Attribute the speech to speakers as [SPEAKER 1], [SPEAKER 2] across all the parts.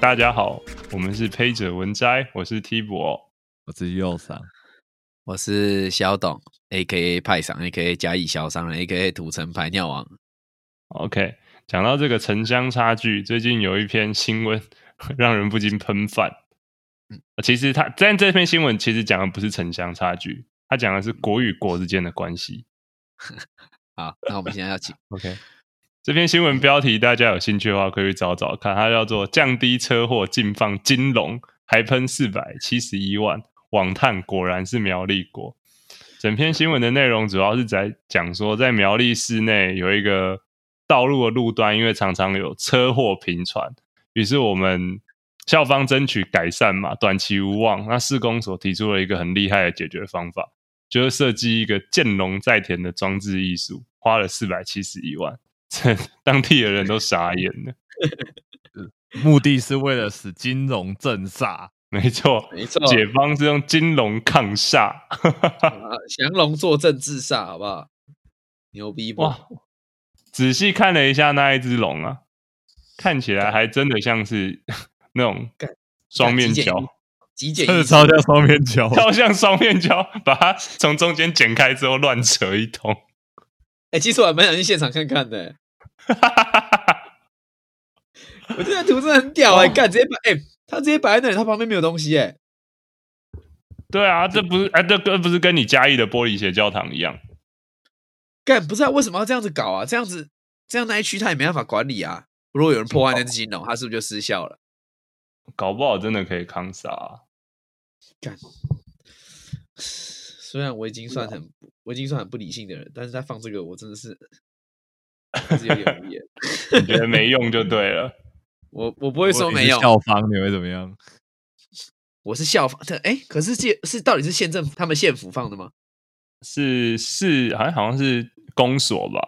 [SPEAKER 1] 大家好，我们是胚者文摘，我是 T 博，
[SPEAKER 2] 我是右上，
[SPEAKER 3] 我是肖董，A K A 派赏，A K A 嘉义小商人，A K A 土城排尿王。
[SPEAKER 1] OK，讲到这个城乡差距，最近有一篇新闻 让人不禁喷饭。呃其实他，但这篇新闻其实讲的不是城乡差距，他讲的是国与国之间的关系。
[SPEAKER 3] 好，那我们现在要 请
[SPEAKER 1] OK，这篇新闻标题大家有兴趣的话可以去找找看，它叫做“降低车祸禁放金融，还喷四百七十一万”，网探果然是苗栗国。整篇新闻的内容主要是在讲说，在苗栗市内有一个道路的路段，因为常常有车祸频传，于是我们校方争取改善嘛，短期无望。那市公所提出了一个很厉害的解决方法，就是设计一个见龙在田的装置艺术，花了四百七十一万， 这当地的人都傻眼了。
[SPEAKER 2] 目的 是为了使金融镇煞。
[SPEAKER 1] 没错，
[SPEAKER 3] 没错
[SPEAKER 1] 解方是用金龙抗煞，
[SPEAKER 3] 啊降龙坐镇自煞，好不好？牛逼不？
[SPEAKER 1] 哇！仔细看了一下那一只龙啊，看起来还真的像是 那种
[SPEAKER 3] 干
[SPEAKER 1] 双面
[SPEAKER 3] 极简
[SPEAKER 1] 胶，
[SPEAKER 3] 极简
[SPEAKER 2] 这
[SPEAKER 3] 意
[SPEAKER 2] 是
[SPEAKER 3] 识
[SPEAKER 2] 超像双面 胶，
[SPEAKER 1] 超像双面胶，把它从中间剪开之后乱扯一通。
[SPEAKER 3] 哎、其实我还蛮想去现场看看的、我觉得图真的很屌哎、
[SPEAKER 1] 哦
[SPEAKER 3] 干直接摆哎、他直接摆在那里，他旁边没有东西哎、
[SPEAKER 1] 对啊，这不是哎、这跟不是跟你嘉义的玻璃鞋教堂一样？
[SPEAKER 3] 干不知道、为什么要这样子搞啊？这样子，这样那一区他也没办法管理啊。如果有人破坏那 只金龙，他是不是就失效了？
[SPEAKER 1] 搞不好真的可以抗煞、啊。
[SPEAKER 3] 干， 虽然我已经算很，我已经算很不理性的人，但是他放这个，我真 的是，还是有点无言。
[SPEAKER 1] 你觉得没用就对 了。
[SPEAKER 3] 我我不会说没有，
[SPEAKER 2] 校方你会怎么样？
[SPEAKER 3] 我是校方。但哎、可是这是到底是县政府他们县府放的吗？
[SPEAKER 1] 是是，好像好像是公所吧，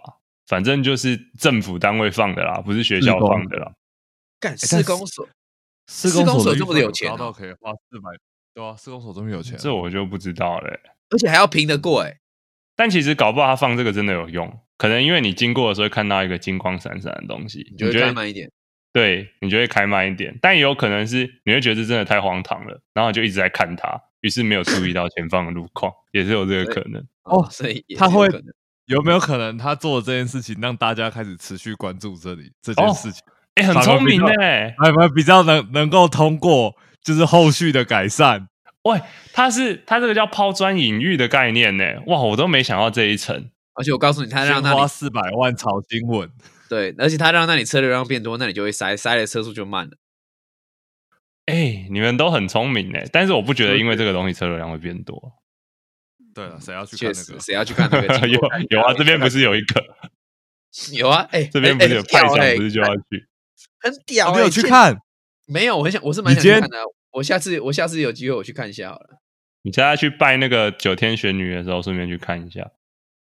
[SPEAKER 1] 反正就是政府单位放的啦，不是学校放的啦。
[SPEAKER 3] 干
[SPEAKER 2] 但
[SPEAKER 3] 市
[SPEAKER 2] 是
[SPEAKER 3] 公所，
[SPEAKER 2] 施
[SPEAKER 3] 施工
[SPEAKER 2] 所
[SPEAKER 3] 所
[SPEAKER 2] 的
[SPEAKER 3] 这
[SPEAKER 2] 预
[SPEAKER 3] 么
[SPEAKER 2] 算
[SPEAKER 3] 有钱
[SPEAKER 2] 高
[SPEAKER 3] 哦
[SPEAKER 2] 到可以花四百，对啊，施工啊所这么有钱啊，
[SPEAKER 1] 这我就不知道嘞、
[SPEAKER 3] 而且还要评得过哎、
[SPEAKER 1] 但其实搞不好他放这个真的有用，可能因为你经过的时候会看到一个金光闪闪的东西，
[SPEAKER 3] 你
[SPEAKER 1] 你
[SPEAKER 3] 就会
[SPEAKER 1] 觉
[SPEAKER 3] 开
[SPEAKER 1] 得
[SPEAKER 3] 慢一点。
[SPEAKER 1] 对，你就会开慢一点。但也有可能是你会觉得这真的太荒唐了，然后你就一直在看它，于是没有注意到前方的路况，也是有这个可能。
[SPEAKER 2] 哦
[SPEAKER 3] 所以也
[SPEAKER 2] 他
[SPEAKER 3] 是有
[SPEAKER 2] 会
[SPEAKER 3] 可能
[SPEAKER 2] 有没有可能他做的这件事情让大家开始持续关注这里这
[SPEAKER 1] 哦
[SPEAKER 2] 件事情？
[SPEAKER 1] 哎、很
[SPEAKER 2] 反而
[SPEAKER 1] 聪
[SPEAKER 2] 比
[SPEAKER 1] 明
[SPEAKER 2] 较
[SPEAKER 1] 哎、
[SPEAKER 2] 还们比较能能够通过，就是后续的改善。
[SPEAKER 1] 喂，他是他这个叫抛砖引玉的概念呢、哇，我都没想到这一层。
[SPEAKER 3] 而且我告诉你，他让
[SPEAKER 2] 先
[SPEAKER 3] 那
[SPEAKER 2] 花
[SPEAKER 3] 里
[SPEAKER 2] 四百万炒新闻，
[SPEAKER 3] 对，而且他让那里车流量变多，那里就会塞，塞的车速就慢了。
[SPEAKER 1] 哎、你们都很聪明哎、但是我不觉得因为这个东西车流量会变多。
[SPEAKER 2] 对了，谁要去看
[SPEAKER 3] 确
[SPEAKER 2] 那
[SPEAKER 3] 实，
[SPEAKER 2] 个？
[SPEAKER 3] 谁要去看那个？
[SPEAKER 1] 有 有 啊，这边不是有一个，
[SPEAKER 3] 有啊？哎、
[SPEAKER 1] 这边
[SPEAKER 3] 哎
[SPEAKER 1] 不是有派
[SPEAKER 3] 哎
[SPEAKER 1] 上，不
[SPEAKER 3] 很屌
[SPEAKER 1] 是啊就 要去？
[SPEAKER 3] 哎很屌、
[SPEAKER 2] 哦
[SPEAKER 3] 欸？
[SPEAKER 2] 你有去？看？
[SPEAKER 3] 没有，我很想，我是
[SPEAKER 2] 你
[SPEAKER 3] 蛮想
[SPEAKER 2] 今
[SPEAKER 3] 去
[SPEAKER 2] 天
[SPEAKER 3] 看的啊。我下次我下次有机会我去看一下好了，
[SPEAKER 1] 你叫他去拜那个九天玄女的时候，顺便去看一下。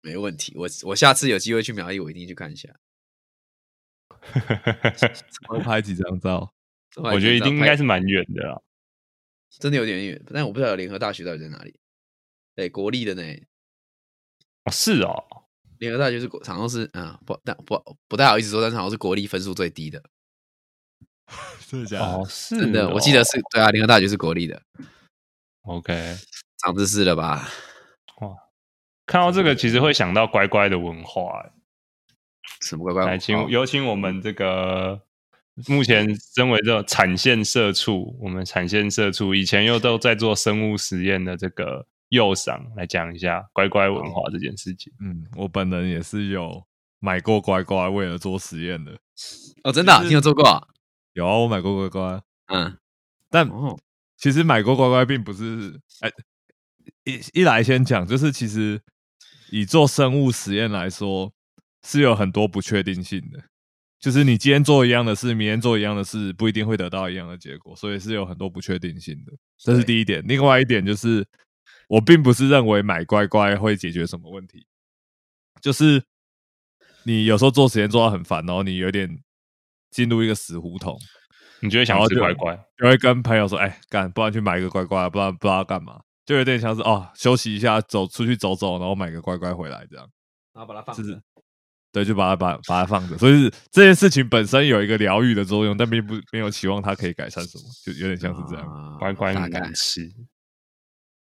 [SPEAKER 3] 没问题。我我下次有机会去苗栗，我一定去看一下。
[SPEAKER 2] 多拍几张照。
[SPEAKER 1] 我觉得一定应该
[SPEAKER 3] 是
[SPEAKER 1] 是蛮远的啦。
[SPEAKER 3] 真的有点远，但我不知道联合大学到底在哪里。对，国立的呢？
[SPEAKER 1] 哦是哦，
[SPEAKER 3] 联合大学是国，好像是啊、不，但不不太好意思说，但是好像是国立分数最低的。
[SPEAKER 2] 真的假的？
[SPEAKER 1] 哦是
[SPEAKER 3] 啊真的，
[SPEAKER 1] 哦
[SPEAKER 3] 我记得是对啊，联合大学是国立的，
[SPEAKER 1] OK。
[SPEAKER 3] 长知识了吧？
[SPEAKER 1] 看到这个，其实会想到乖乖的文化、
[SPEAKER 3] 哦
[SPEAKER 1] 欸。
[SPEAKER 3] 什么哦乖乖文化？
[SPEAKER 1] 来，哎请有请我们这个目前身为这种产线社畜，我们产线社畜以前又都在做生物实验的这个右赏来讲一下乖乖文化这件事情。
[SPEAKER 2] 嗯，我本人也是有买过乖乖，为了做实验的。
[SPEAKER 3] 哦，真的啊、
[SPEAKER 2] 就是
[SPEAKER 3] 你有做过啊？
[SPEAKER 2] 有啊，我买过乖乖，
[SPEAKER 3] 嗯，
[SPEAKER 2] 但
[SPEAKER 3] 哦，
[SPEAKER 2] 其实买过乖乖并不是，哎、一一来先讲，就是其实以做生物实验来说，是有很多不确定性的。就是你今天做一样的事，明天做一样的事，不一定会得到一样的结果，所以是有很多不确定性的。这是
[SPEAKER 3] 对
[SPEAKER 2] 第一点。另外一点就是，我并不是认为买乖乖会解决什么问题，就是你有时候做实验做到很烦，然后你有点进入一个死胡同，
[SPEAKER 1] 你就会想
[SPEAKER 3] 哦
[SPEAKER 2] 然后
[SPEAKER 1] 吃
[SPEAKER 2] 就
[SPEAKER 1] 乖乖？
[SPEAKER 2] 就会跟朋友说：“哎、干，不然去买一个乖乖，不然不知道干嘛。”就有点像是哦，休息一下，走出去走走，然后买个乖乖回来这样。
[SPEAKER 3] 然后把它放
[SPEAKER 2] 是对，就把它把把它放着。所以是这件事情本身有一个疗愈的作用，但并不没有期望它可以改善什么，就有点像是这样。
[SPEAKER 3] 啊
[SPEAKER 1] 乖乖
[SPEAKER 3] 大
[SPEAKER 1] 很
[SPEAKER 3] 概
[SPEAKER 1] 难吃，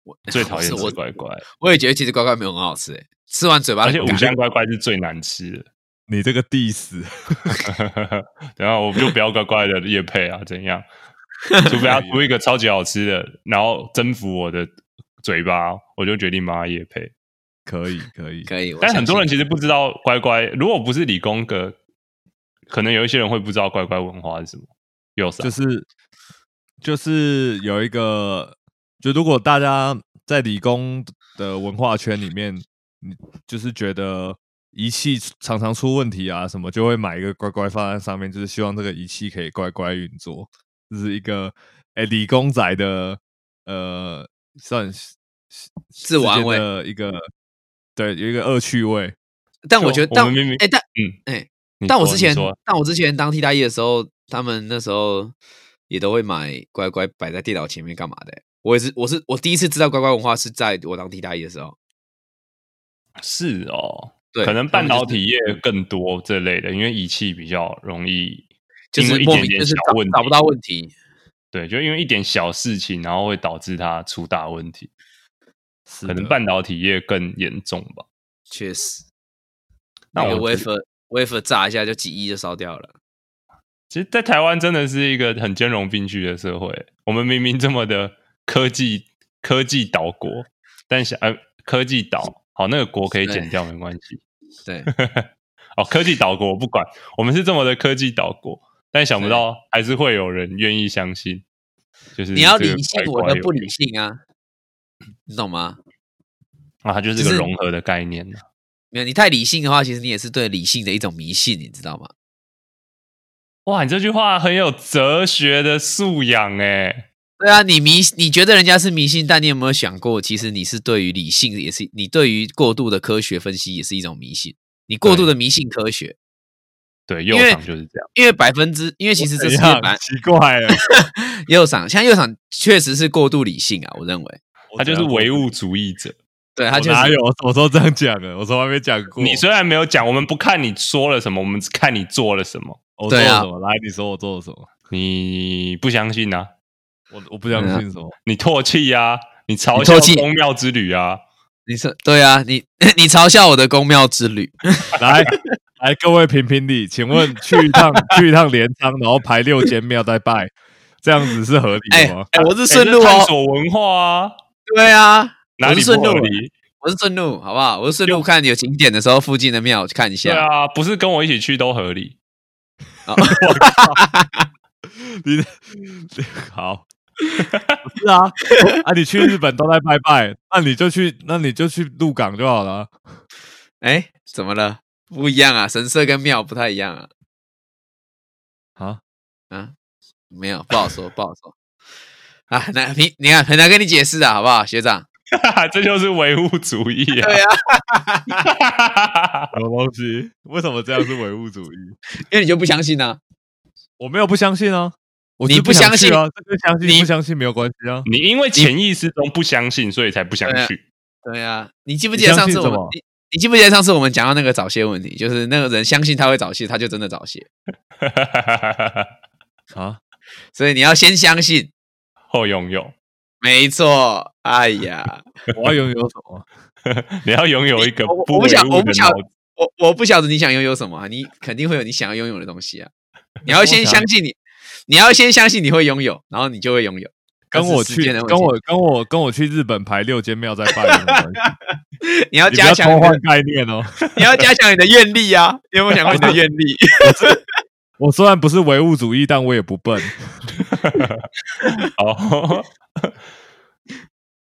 [SPEAKER 3] 我
[SPEAKER 1] 最讨厌
[SPEAKER 3] 是
[SPEAKER 1] 吃
[SPEAKER 3] 我啊
[SPEAKER 1] 乖乖，
[SPEAKER 3] 我也觉得其实乖乖没有很好吃、欸，吃完嘴巴
[SPEAKER 1] 而且
[SPEAKER 3] 很
[SPEAKER 1] 五
[SPEAKER 3] 干
[SPEAKER 1] 香乖乖是最难吃的。
[SPEAKER 2] 你这个 diss，
[SPEAKER 1] 然后我们就不要乖乖的夜配啊，怎 样？除非他出一个超级好吃的，然后征服我的嘴巴，我就决定帮他夜配。
[SPEAKER 2] 可以可以，
[SPEAKER 3] 可以，我
[SPEAKER 1] 但很多人
[SPEAKER 3] 相
[SPEAKER 1] 其
[SPEAKER 3] 信
[SPEAKER 1] 实不知道乖乖，如果不是理工哥，可能有一些人会不知道乖乖文化是什么，有啥？
[SPEAKER 2] 就是就是有一个，就如果大家在理工的文化圈里面，你就是觉得仪器常常出问题啊什么，就会买一个乖乖放在上面，就是希望这个仪器可以乖乖运作，这是一个哎、理工仔的呃算是
[SPEAKER 3] 自我安慰
[SPEAKER 2] 的一个对有一个恶趣味，
[SPEAKER 3] 但我
[SPEAKER 1] 就
[SPEAKER 3] 觉得，
[SPEAKER 1] 我
[SPEAKER 3] 但
[SPEAKER 1] 们明明
[SPEAKER 3] 哎、但
[SPEAKER 1] 嗯
[SPEAKER 3] 哎、
[SPEAKER 1] 你
[SPEAKER 3] 但我
[SPEAKER 1] 说
[SPEAKER 3] 之前
[SPEAKER 1] 你说，
[SPEAKER 3] 但我之前当替代役的时候，他们那时候也都会买乖乖摆在电脑前面干嘛的、欸我也是，我是我第一次知道乖乖文化是在我当替代役的时候。
[SPEAKER 1] 是哦，
[SPEAKER 3] 对，
[SPEAKER 1] 可能
[SPEAKER 3] 他
[SPEAKER 1] 半
[SPEAKER 3] 们就是
[SPEAKER 1] 导体业更多这类的，因为仪器比较容易，
[SPEAKER 3] 就
[SPEAKER 1] 因为
[SPEAKER 3] 是
[SPEAKER 1] 一
[SPEAKER 3] 莫
[SPEAKER 1] 点
[SPEAKER 3] 名
[SPEAKER 1] 点
[SPEAKER 3] 就是
[SPEAKER 1] 小
[SPEAKER 3] 找
[SPEAKER 1] 问题
[SPEAKER 3] 找不到问题，
[SPEAKER 1] 对，就因为一点小事情，然后会导致它出大问题，
[SPEAKER 2] 是
[SPEAKER 1] 可能
[SPEAKER 2] 的
[SPEAKER 1] 半导体业更严重吧。
[SPEAKER 3] 确实。
[SPEAKER 1] 那
[SPEAKER 3] 个
[SPEAKER 1] 我
[SPEAKER 3] wafer wafer 炸一下就几亿就烧掉了。
[SPEAKER 1] 其实，在台湾真的是一个很兼容并蓄的社会。我们明明这么的科技科技岛国，但想呃科技岛好那个国可以
[SPEAKER 3] 对
[SPEAKER 1] 剪掉没关系。
[SPEAKER 3] 对，
[SPEAKER 1] 哦，科技岛国我不管，我们是这么的科技岛国，但想不
[SPEAKER 3] 对
[SPEAKER 1] 到还是会有人愿意相信，就是
[SPEAKER 3] 你要
[SPEAKER 1] 这个
[SPEAKER 3] 理性，
[SPEAKER 1] 乖
[SPEAKER 3] 我
[SPEAKER 1] 乖
[SPEAKER 3] 的
[SPEAKER 1] 有
[SPEAKER 3] 不理性啊，你懂吗？
[SPEAKER 1] 啊，它就是
[SPEAKER 3] 就
[SPEAKER 1] 个
[SPEAKER 3] 是
[SPEAKER 1] 融合的概念啊
[SPEAKER 3] 没有，你太理性的话，其实你也是对理性的一种迷信，你知道吗？
[SPEAKER 1] 哇，你这句话很有哲学的素养哎。
[SPEAKER 3] 对啊，你迷，你觉得人家是迷信，但你有没有想过，其实你是对于理性，也是你对于过度的科学分析，也是一种迷信。你过度的迷信科学，
[SPEAKER 1] 对，右
[SPEAKER 3] 因为
[SPEAKER 1] 上就是这样。
[SPEAKER 3] 因为百分之，因为其实这
[SPEAKER 2] 怎
[SPEAKER 3] 是
[SPEAKER 2] 样
[SPEAKER 3] 蛮
[SPEAKER 2] 哎奇 怪、欸，
[SPEAKER 3] 右赏，像右赏确实是过度理性啊，我认为，
[SPEAKER 1] 他就是唯
[SPEAKER 2] 物。
[SPEAKER 1] 物主义者。
[SPEAKER 3] 对他
[SPEAKER 2] 我
[SPEAKER 3] 就
[SPEAKER 2] 哪
[SPEAKER 3] 是
[SPEAKER 2] 有？我什么时候这样讲的？我从来没讲过。
[SPEAKER 1] 你虽然没有讲，我们不看你说了什么，我们只看你做了什么。
[SPEAKER 2] 我做了
[SPEAKER 3] 对啊
[SPEAKER 2] 什么？来，你说我做了什么？
[SPEAKER 1] 你不相信啊？
[SPEAKER 2] 我我不相
[SPEAKER 3] 啊
[SPEAKER 2] 信什么。
[SPEAKER 1] 你唾弃呀、啊？你嘲
[SPEAKER 3] 你
[SPEAKER 1] 笑
[SPEAKER 3] 唾弃
[SPEAKER 1] 宫庙之旅啊？
[SPEAKER 3] 你是对啊，你 你嘲笑我的宫庙之旅，
[SPEAKER 2] 来来，各位评评理，请问去一趟去一趟镰仓，然后排六间庙再拜，这样子是合理
[SPEAKER 3] 哎、
[SPEAKER 2] 的吗？
[SPEAKER 3] 哎我是
[SPEAKER 1] 欸
[SPEAKER 3] 顺路
[SPEAKER 1] 这探
[SPEAKER 3] 哦，
[SPEAKER 1] 索文化啊，
[SPEAKER 3] 对啊，
[SPEAKER 1] 哪
[SPEAKER 3] 我
[SPEAKER 1] 里
[SPEAKER 3] 是
[SPEAKER 1] 不
[SPEAKER 3] 顺路
[SPEAKER 1] 合
[SPEAKER 3] 了，
[SPEAKER 1] 理？
[SPEAKER 3] 我是顺路，好不好？我是顺路看有景点的时候，附近的庙去看一
[SPEAKER 1] 对
[SPEAKER 3] 下。哦
[SPEAKER 1] 啊，不是跟我一起去都合理。
[SPEAKER 2] 你 的好。不是啊，啊，你去日本都在拜拜，那你就去，那你就去鹿港就好了啊。
[SPEAKER 3] 哎、怎么了？不一样啊，神社跟庙不太一样啊。
[SPEAKER 2] 啊，
[SPEAKER 3] 没有，不好说，不好说。啊，很难，你你看很难跟你解释啊，好不好，学长？
[SPEAKER 1] 这就是唯物主义啊！
[SPEAKER 3] 对啊，
[SPEAKER 2] 什么东西？为什么这样是唯物主义？
[SPEAKER 3] 因为你就不相信啊。
[SPEAKER 2] 我没有不相信啊，我就
[SPEAKER 3] 你不
[SPEAKER 2] 想
[SPEAKER 3] 相信
[SPEAKER 2] 去啊，这跟相信
[SPEAKER 3] 你
[SPEAKER 2] 不相信没有关系啊。
[SPEAKER 1] 你因为潜意识中不相信，所以才不想
[SPEAKER 3] 对啊
[SPEAKER 1] 去。
[SPEAKER 3] 对啊，你记不记得
[SPEAKER 2] 你
[SPEAKER 3] 上
[SPEAKER 2] 相信
[SPEAKER 3] 次我们
[SPEAKER 2] 什么
[SPEAKER 3] 你你记不记得上次我们讲到那个早泄问题？就是那个人相信他会早泄，他就真的早泄。
[SPEAKER 2] 啊，
[SPEAKER 3] 所以你要先相信，
[SPEAKER 1] 后拥有，
[SPEAKER 3] 没错。哎呀，
[SPEAKER 2] 我要拥有什么？
[SPEAKER 1] 你要拥有一个
[SPEAKER 3] 我我
[SPEAKER 1] 不
[SPEAKER 3] 我不
[SPEAKER 1] 唯
[SPEAKER 3] 想
[SPEAKER 1] 物
[SPEAKER 3] 我不
[SPEAKER 1] 的
[SPEAKER 3] 想
[SPEAKER 1] 脑子。
[SPEAKER 3] 我我不晓得你想拥有什么啊、你肯定会有你想要拥有的东西啊。你要先
[SPEAKER 2] 我想
[SPEAKER 3] 相信你，你要先相信你会拥有，然后你就会拥有。
[SPEAKER 2] 跟我
[SPEAKER 3] 这是时
[SPEAKER 2] 去，
[SPEAKER 3] 间的问题
[SPEAKER 2] 跟我跟我跟我去日本排六间庙再 拜有什么关系？
[SPEAKER 3] 你要
[SPEAKER 2] 你不
[SPEAKER 3] 加
[SPEAKER 2] 要
[SPEAKER 3] 强
[SPEAKER 2] 偷
[SPEAKER 3] 你的
[SPEAKER 2] 换概念哦。
[SPEAKER 3] 你要加强你的愿力啊！你有没有想过你 的愿力？
[SPEAKER 2] 我虽然不是唯物主义，但我也不笨。
[SPEAKER 1] 哦，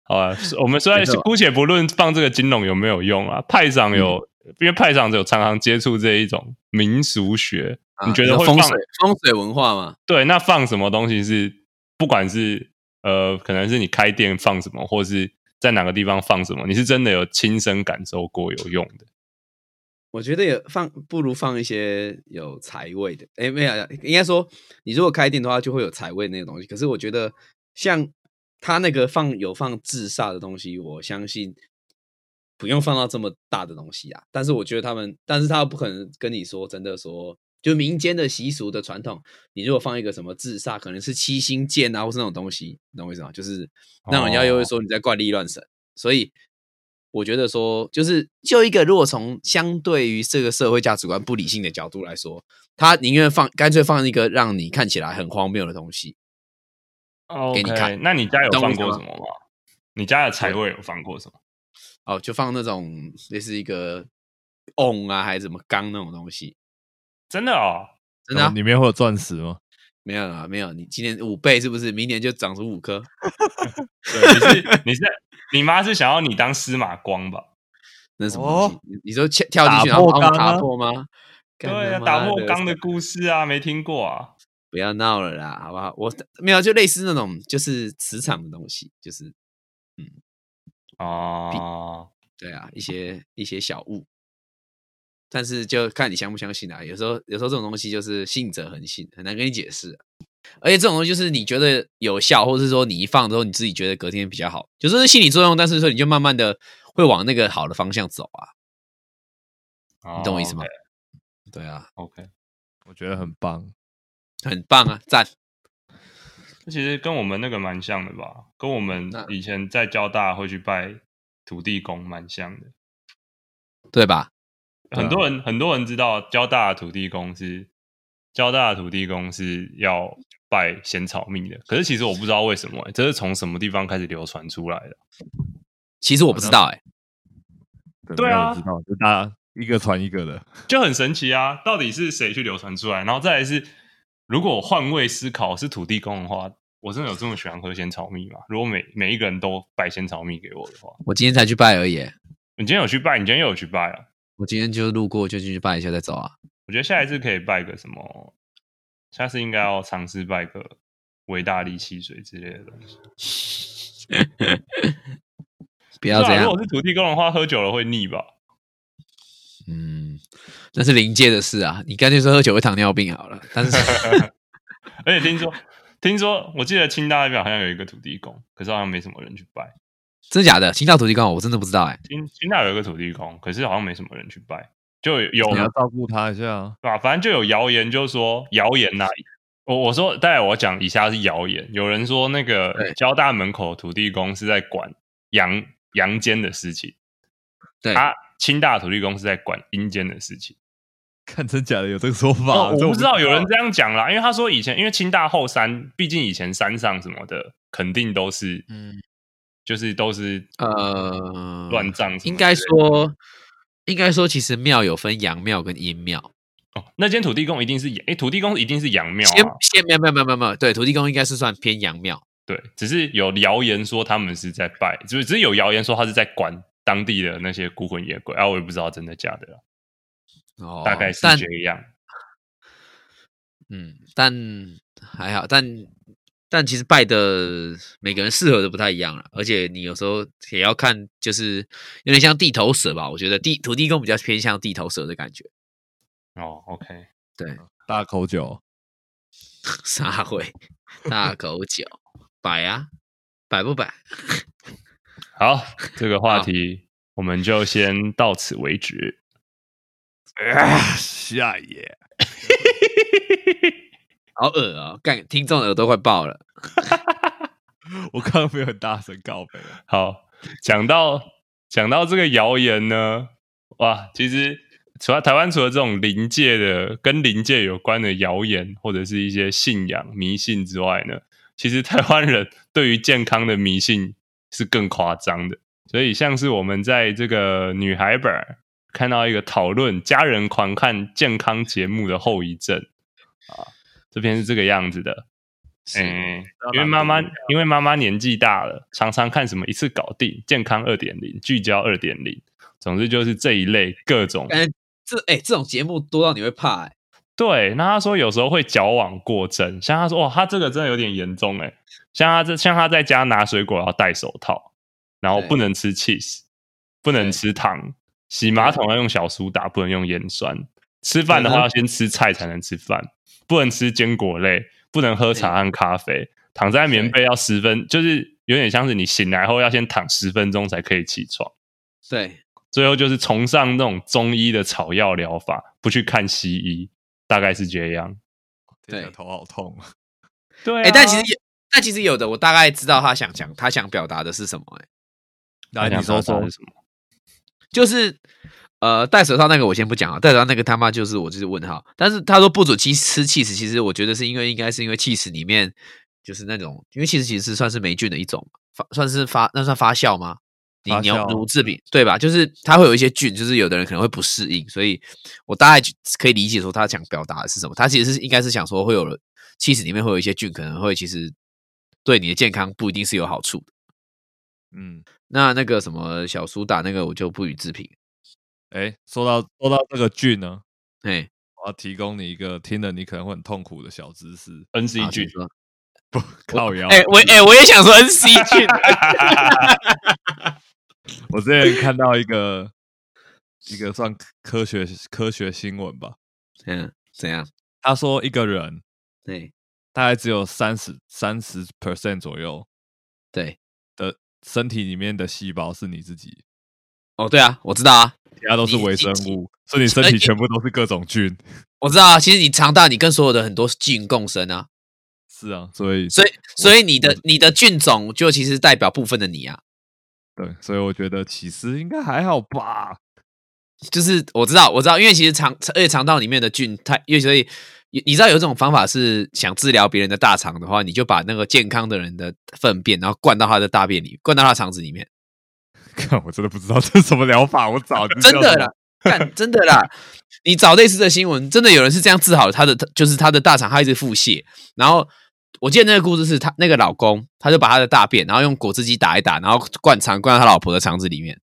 [SPEAKER 1] 好啊，我们虽然
[SPEAKER 3] 没错
[SPEAKER 1] 姑且不论放这个金融有没有用啊，派长有，因为派长有常常接触这一种民俗学，你觉得会
[SPEAKER 3] 风
[SPEAKER 1] 放
[SPEAKER 3] 水风水文化吗？
[SPEAKER 1] 对，那放什么东西是不管是呃，可能是你开店放什么，或是在哪个地方放什么，你是真的有亲身感受过有用的。
[SPEAKER 3] 我觉得也放不如放一些有财位的。哎，没有，应该说你如果开店的话，就会有财位那个东西。可是我觉得像他那个放有放制煞的东西，我相信不用放到这么大的东西啊。但是我觉得他们，但是他不可能跟你说真的说，就民间的习俗的传统，你如果放一个什么自杀，可能是七星剑啊，或是那种东西，你懂我意思吗？就是让人家又会说你在怪力乱神。所以我觉得说，就是就一个如果从相对于这个社会价值观不理性的角度来说，他宁愿放干脆放一个让你看起来很荒谬的东西。
[SPEAKER 1] OK，
[SPEAKER 3] 给你看
[SPEAKER 1] 那你家有
[SPEAKER 3] 懂我
[SPEAKER 1] 放
[SPEAKER 3] 意思
[SPEAKER 1] 过
[SPEAKER 3] 吗
[SPEAKER 1] 什么吗？你家的财位有放过什么？
[SPEAKER 3] 哦，就放那种类似一个瓮啊，还是什么缸那种东西，
[SPEAKER 1] 真的哦，
[SPEAKER 3] 真的啊、
[SPEAKER 2] 里面会有钻石吗？
[SPEAKER 3] 没有啦，没有。你今年五倍是不是？明年就长出五颗？
[SPEAKER 1] 对，你是你是你妈是想要你当司马光吧？
[SPEAKER 3] 那是什么
[SPEAKER 2] 哦
[SPEAKER 3] 东西？你你说切跳进去然
[SPEAKER 2] 打
[SPEAKER 3] 后
[SPEAKER 2] 破
[SPEAKER 3] 帮我
[SPEAKER 2] 缸
[SPEAKER 3] 打
[SPEAKER 2] 啊
[SPEAKER 3] 破吗？干
[SPEAKER 1] 对
[SPEAKER 3] 他
[SPEAKER 1] 啊，
[SPEAKER 3] 妈
[SPEAKER 1] 打破
[SPEAKER 3] 的
[SPEAKER 1] 缸的故事啊，没听过啊？
[SPEAKER 3] 不要闹了啦，好不好？我没有，就类似那种就是磁场的东西，就是
[SPEAKER 1] 哦，
[SPEAKER 3] 对啊，一些一些小物。但是就看你相不相信啊。有时候有时候这种东西就是信者恒信，很难跟你解释啊、而且这种东西就是你觉得有效，或者是说你一放之后你自己觉得隔天比较好，有时候是心理作用，但是说你就慢慢的会往那个好的方向走啊，
[SPEAKER 1] 哦
[SPEAKER 3] 你懂我意思吗？对啊，
[SPEAKER 1] ？OK，
[SPEAKER 2] 我觉得很棒。
[SPEAKER 3] 很棒啊，赞。
[SPEAKER 1] 这其实跟我们那个蛮像的吧，跟我们
[SPEAKER 3] 那
[SPEAKER 1] 以前在交大会去拜土地公蛮像的。
[SPEAKER 3] 对吧？
[SPEAKER 2] 对啊
[SPEAKER 1] 很多人很多人知道交大的土地公是交大的土地公是要拜仙草蜜的，可是其实我不知道为什么、欸这是从什么地方开始流传出来的？
[SPEAKER 3] 其实我不知道哎、
[SPEAKER 1] 对啊
[SPEAKER 2] 没有人知道，就大家一个传一个的。
[SPEAKER 1] 就很神奇啊！到底是谁去流传出来？然后再来是，如果换位思考是土地公的话，我真的有这么喜欢喝仙草蜜吗？如果每每一个人都拜仙草蜜给我的话，
[SPEAKER 3] 我今天才去拜而已欸、
[SPEAKER 1] 你今天有去拜，你今天又有去拜啊？
[SPEAKER 3] 我今天就路过就进去拜一下再走啊。
[SPEAKER 1] 我觉得下一次可以拜个什么，下次应该要尝试拜个维大利汽水之类的东西。
[SPEAKER 3] 不要这
[SPEAKER 1] 对啊
[SPEAKER 3] 样
[SPEAKER 1] 如，果是土地公的话，喝酒了会腻吧？
[SPEAKER 3] 嗯，那是临界的事啊。你干脆说喝酒会糖尿病好了，但是
[SPEAKER 1] 而且听说， 听说我记得清大代表好像有一个土地公，可是好像没什么人去拜。
[SPEAKER 3] 真的假的？清道土地公我真的不知道哎、
[SPEAKER 1] 清清大有一个土地公，可是好像没什么人去拜，就有
[SPEAKER 2] 你要照顾他一下啊。
[SPEAKER 1] 对吧？反正就有谣言，就说谣言呐、我我说，待会我讲以下是谣言。有人说那个
[SPEAKER 3] 对
[SPEAKER 1] 交大门口土地公是在管阳阳间的事情，
[SPEAKER 3] 对
[SPEAKER 1] 啊，清大土地公是在管阴间的事情。
[SPEAKER 2] 看真假的有这个说法、
[SPEAKER 1] 哦，
[SPEAKER 2] 这
[SPEAKER 1] 我不知道有人这样讲啦，因为他说以前因为清大后山，毕竟以前山上什么的肯定都是，
[SPEAKER 3] 嗯
[SPEAKER 1] 就是都是
[SPEAKER 3] 呃，
[SPEAKER 1] 乱葬什么之类的，
[SPEAKER 3] 应该说，应该说，其实庙有分阳庙跟阴庙。
[SPEAKER 1] 哦，那间土地公一定是阳，哎，土地公一定是阳庙
[SPEAKER 3] 先
[SPEAKER 1] 啊，
[SPEAKER 3] 先没有没有没有没有没有，对，土地公应该是算偏阳庙。
[SPEAKER 1] 对，只是有谣言说他们是在拜，就是只是有谣言说他是在管当地的那些孤魂野鬼啊，我也不知道真的假的啦，
[SPEAKER 3] 哦，
[SPEAKER 1] 大概是
[SPEAKER 3] 但
[SPEAKER 1] 这样。
[SPEAKER 3] 嗯，但还好，但但其实拜的每个人适合的不太一样了，而且你有时候也要看，就是有点像地头蛇吧。我觉得地土地公比较偏向地头蛇的感觉，
[SPEAKER 1] 哦，OK，
[SPEAKER 2] 大 口酒，
[SPEAKER 3] 沙会大口酒摆啊，摆不摆？
[SPEAKER 1] 好，这个话题我们就先到此为 止。
[SPEAKER 2] 下野。
[SPEAKER 3] 好恶啊、干听众耳朵快爆了。
[SPEAKER 2] 我刚刚没有很大声告白，哦
[SPEAKER 1] 好，讲到讲到这个谣言呢，哇，其实除了台湾除了这种灵界的跟灵界有关的谣言或者是一些信仰迷信之外呢，其实台湾人 对于健康的迷信是更夸张的。所以像是我们在这个女孩本儿看到一个讨论家人狂看健康节目的后遗症啊，这篇是这个样子的。
[SPEAKER 3] 是
[SPEAKER 1] 嗯，因为妈妈，因为妈妈年纪大了，常常看什么一次搞定、健康二点零、聚焦二点零，总之就是这一类各种。
[SPEAKER 3] 感觉这哎、这种节目多到你会怕哎、
[SPEAKER 1] 对，那他说有时候会矫枉过正，像他说哇，他这个真的有点严重哎，像他这像他在家拿水果要戴手套，然后
[SPEAKER 3] 对
[SPEAKER 1] 不能吃 cheese，不能吃糖，洗马桶要用小苏打，不能用盐酸，吃饭的话
[SPEAKER 3] 对
[SPEAKER 1] 要先吃菜才能吃饭，不能吃坚果类，不能喝茶和咖啡，躺在棉被要十分，就是有点像是你醒来后要先躺十分钟才可以起床。
[SPEAKER 3] 对，
[SPEAKER 1] 最后就是崇尚那种中医的草药疗法，不去看西医，大概是这样。
[SPEAKER 2] 天哪
[SPEAKER 4] 对
[SPEAKER 2] 头好痛 啊！
[SPEAKER 1] 对、啊，
[SPEAKER 3] 哎、但其实有，但其实有的，我大概知道他想讲，他想表达的是什么、哎，
[SPEAKER 2] 来，你说说
[SPEAKER 1] 是，什么？
[SPEAKER 3] 就是呃，戴手套那个我先不讲啊，戴手套那个他妈就是我就是问号。但是他说不准鸡吃 cheese，其实我觉得是因为应该是因为 cheese 里面就是那种，因为 cheese 其实是算是霉菌的一种嘛，发算是发那算发酵吗？你
[SPEAKER 2] 发
[SPEAKER 3] 牛
[SPEAKER 2] 酵啊
[SPEAKER 3] 乳制品对吧？就是它会有一些菌，就是有的人可能会不适应，所以我大概可以理解说他想表达的是什么。他其实是应该是想说会有 cheese 里面会有一些菌，可能会其实对你的健康不一定是有好处的。
[SPEAKER 2] 嗯，
[SPEAKER 3] 那那个什么小苏打那个我就不予置评，
[SPEAKER 2] 哎，说到说到这个菌呢，
[SPEAKER 3] 哎。
[SPEAKER 2] 我要提供你一个听了你可能会很痛苦的小知识，
[SPEAKER 1] N C
[SPEAKER 3] 啊
[SPEAKER 1] G，
[SPEAKER 3] 请说
[SPEAKER 2] 靠腰。
[SPEAKER 3] 哎、我哎、我也想说 N C 菌，
[SPEAKER 2] 我之前看到一个一个算科学科学新闻吧，
[SPEAKER 3] 嗯，怎样？
[SPEAKER 2] 他说一个人
[SPEAKER 3] 对
[SPEAKER 2] 大概只有三十三十 percent 左右
[SPEAKER 3] 对，
[SPEAKER 2] 的身体里面的细胞是你自己，
[SPEAKER 3] 哦对啊，我知道啊，
[SPEAKER 2] 其他都是
[SPEAKER 3] 你
[SPEAKER 2] 微
[SPEAKER 3] 你
[SPEAKER 2] 生
[SPEAKER 3] 你
[SPEAKER 2] 物，所以你身体全部都是各种菌。
[SPEAKER 3] 我知道啊。其实你肠道你跟所有的很多菌共生啊，
[SPEAKER 2] 是啊，所以
[SPEAKER 3] 所以所以你的你的菌种就其实代表部分的你啊。
[SPEAKER 2] 对，所以我觉得起司应该还好吧。
[SPEAKER 3] 就是我知道我知道，因为其实肠而且肠道里面的菌太，因为所以你你知道有一种方法是想治疗别人的大肠的话，你就把那个健康的人的粪便，然后灌到他的大便里，灌到他的肠子里面。
[SPEAKER 2] 看，我真的不知道这是什么疗法，我早就
[SPEAKER 3] 真
[SPEAKER 2] 叫
[SPEAKER 3] 的
[SPEAKER 2] 什
[SPEAKER 3] 啦
[SPEAKER 2] 么，
[SPEAKER 3] 看真的啦，你找类似的新闻，真的有人是这样治好他的，就是他的大肠，他一直腹泻，然后我记得那个故事是他那个老公，他就把他的大便，然后用果汁机打一打，然后灌肠灌到他老婆的肠子里面。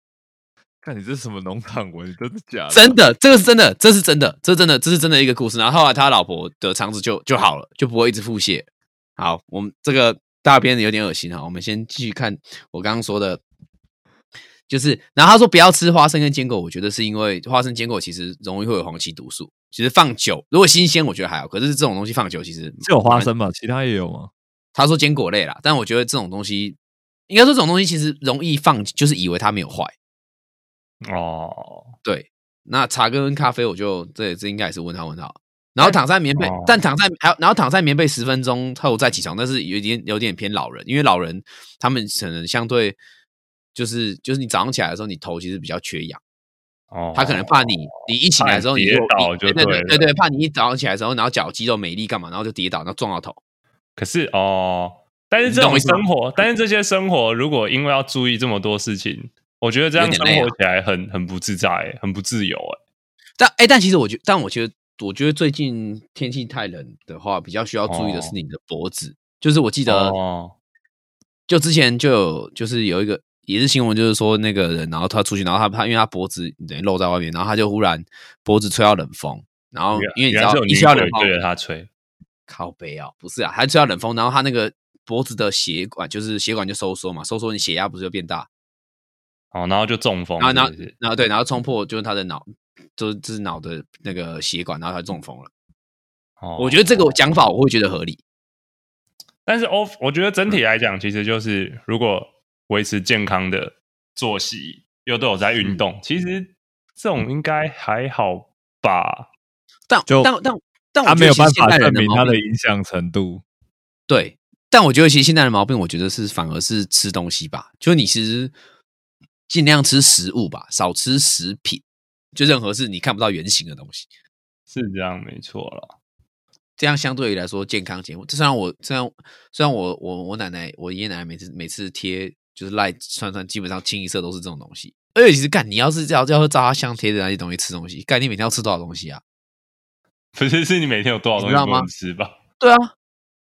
[SPEAKER 2] 看你这是什么农场文，真的假的？
[SPEAKER 3] 真的，这个是真的，这是真的，这是真的，这是真的一个故事。然后后来他老婆的肠子就就好了，就不会一直腹泻。好，我们这个大便有点恶心哈，我们先继续看我刚刚说的，就是，然后他说不要吃花生跟坚果，我觉得是因为花生坚果其实容易会有黄曲毒素。其实放久，如果新鲜我觉得还好，可是这种东西放久其实
[SPEAKER 2] 只有花生吧，其他也有吗？
[SPEAKER 3] 他说坚果类啦，但我觉得这种东西，应该说这种东西其实容易放，就是以为它没有坏。
[SPEAKER 1] 哦，
[SPEAKER 3] 对，那茶跟咖啡我就这这应该也是问号问号。然后躺在棉被，
[SPEAKER 1] 哦
[SPEAKER 3] 但躺在还有然后躺在棉被十分钟后再起床，但是有点有点偏老人，因为老人他们可能相对就是就是你早上起来的时候，你头其实比较缺氧，
[SPEAKER 1] 哦，
[SPEAKER 3] 他可能怕你你一起来之后你
[SPEAKER 1] 怕你
[SPEAKER 3] 就
[SPEAKER 1] 跌倒就
[SPEAKER 3] 对
[SPEAKER 1] 对
[SPEAKER 3] 对
[SPEAKER 1] 了
[SPEAKER 3] 对对，怕你一早上起来之后，然后脚肌肉没力干嘛，然后就跌倒，然后撞到头。
[SPEAKER 1] 可是哦，但是这
[SPEAKER 3] 你懂我
[SPEAKER 1] 种
[SPEAKER 3] 意思吗
[SPEAKER 1] 生活，但是这些生活如果因为要注意这么多事情，我觉得这样
[SPEAKER 3] 有
[SPEAKER 1] 生
[SPEAKER 3] 点累啊
[SPEAKER 1] 活起来很很不自在、很不自由、欸。
[SPEAKER 3] 但哎，但其实我觉但我觉得我觉得最近天气太冷的话，比较需要注意的
[SPEAKER 1] 哦
[SPEAKER 3] 是你的脖子，就是我记得
[SPEAKER 1] 哦，
[SPEAKER 3] 就之前就有就是有一个也是新闻，就是说那个人，然后他出去，然后他他因为他脖子等于露在外面，然后他就忽然脖子吹到冷风，然后哦因为你知
[SPEAKER 1] 原来
[SPEAKER 3] 道
[SPEAKER 1] 是有
[SPEAKER 3] 一
[SPEAKER 1] 女
[SPEAKER 3] 吹到冷
[SPEAKER 1] 鬼对着
[SPEAKER 3] 风，
[SPEAKER 2] 啊
[SPEAKER 1] 他吹，
[SPEAKER 3] 靠背啊，不是啊，他吹到冷风，然后他那个脖子的血管就是血管就收缩嘛，收缩你血压不是就变大，
[SPEAKER 1] 哦，然后就中风
[SPEAKER 3] 然后然后
[SPEAKER 1] 是不是
[SPEAKER 3] 然后对，然后冲破就是他的脑，就是就是脑的那个血管，然后他中风了。
[SPEAKER 1] 哦，
[SPEAKER 3] 我觉得这个讲法我会觉得合理，
[SPEAKER 1] 但是 off，我觉得整体
[SPEAKER 3] 嗯
[SPEAKER 1] 来讲，其实就是如果维持健康的作息，又都有在
[SPEAKER 3] 嗯
[SPEAKER 1] 运动，其实这种应该还好吧？
[SPEAKER 3] 但
[SPEAKER 2] 就
[SPEAKER 3] 但但但我
[SPEAKER 2] 他
[SPEAKER 3] 觉
[SPEAKER 2] 没
[SPEAKER 3] 得
[SPEAKER 2] 有
[SPEAKER 3] 其
[SPEAKER 2] 办
[SPEAKER 3] 实现
[SPEAKER 2] 法
[SPEAKER 3] 代
[SPEAKER 2] 证
[SPEAKER 3] 人的
[SPEAKER 2] 明
[SPEAKER 3] 毛
[SPEAKER 2] 它
[SPEAKER 3] 病
[SPEAKER 2] 的影响程度。
[SPEAKER 3] 对，但我觉得其实现在的毛病，我觉得是反而是吃东西吧，就你其实尽量吃食物吧，少吃食品，就任何是你看不到原型的东西，
[SPEAKER 1] 是这样，没错了。
[SPEAKER 3] 这样相对于来说健康节目。这虽然我虽然虽然我我我奶奶我爷爷奶奶每次每次贴就是赖串串，基本上清一色都是这种东西。而且其实干，你要是要要是照他相贴的那些东西吃东西，干你每天要吃多少东西啊？
[SPEAKER 1] 不是，是你每天有多少东
[SPEAKER 3] 你
[SPEAKER 1] 西
[SPEAKER 3] 知道
[SPEAKER 1] 不能
[SPEAKER 3] 吗
[SPEAKER 1] 吃吧？
[SPEAKER 3] 对啊，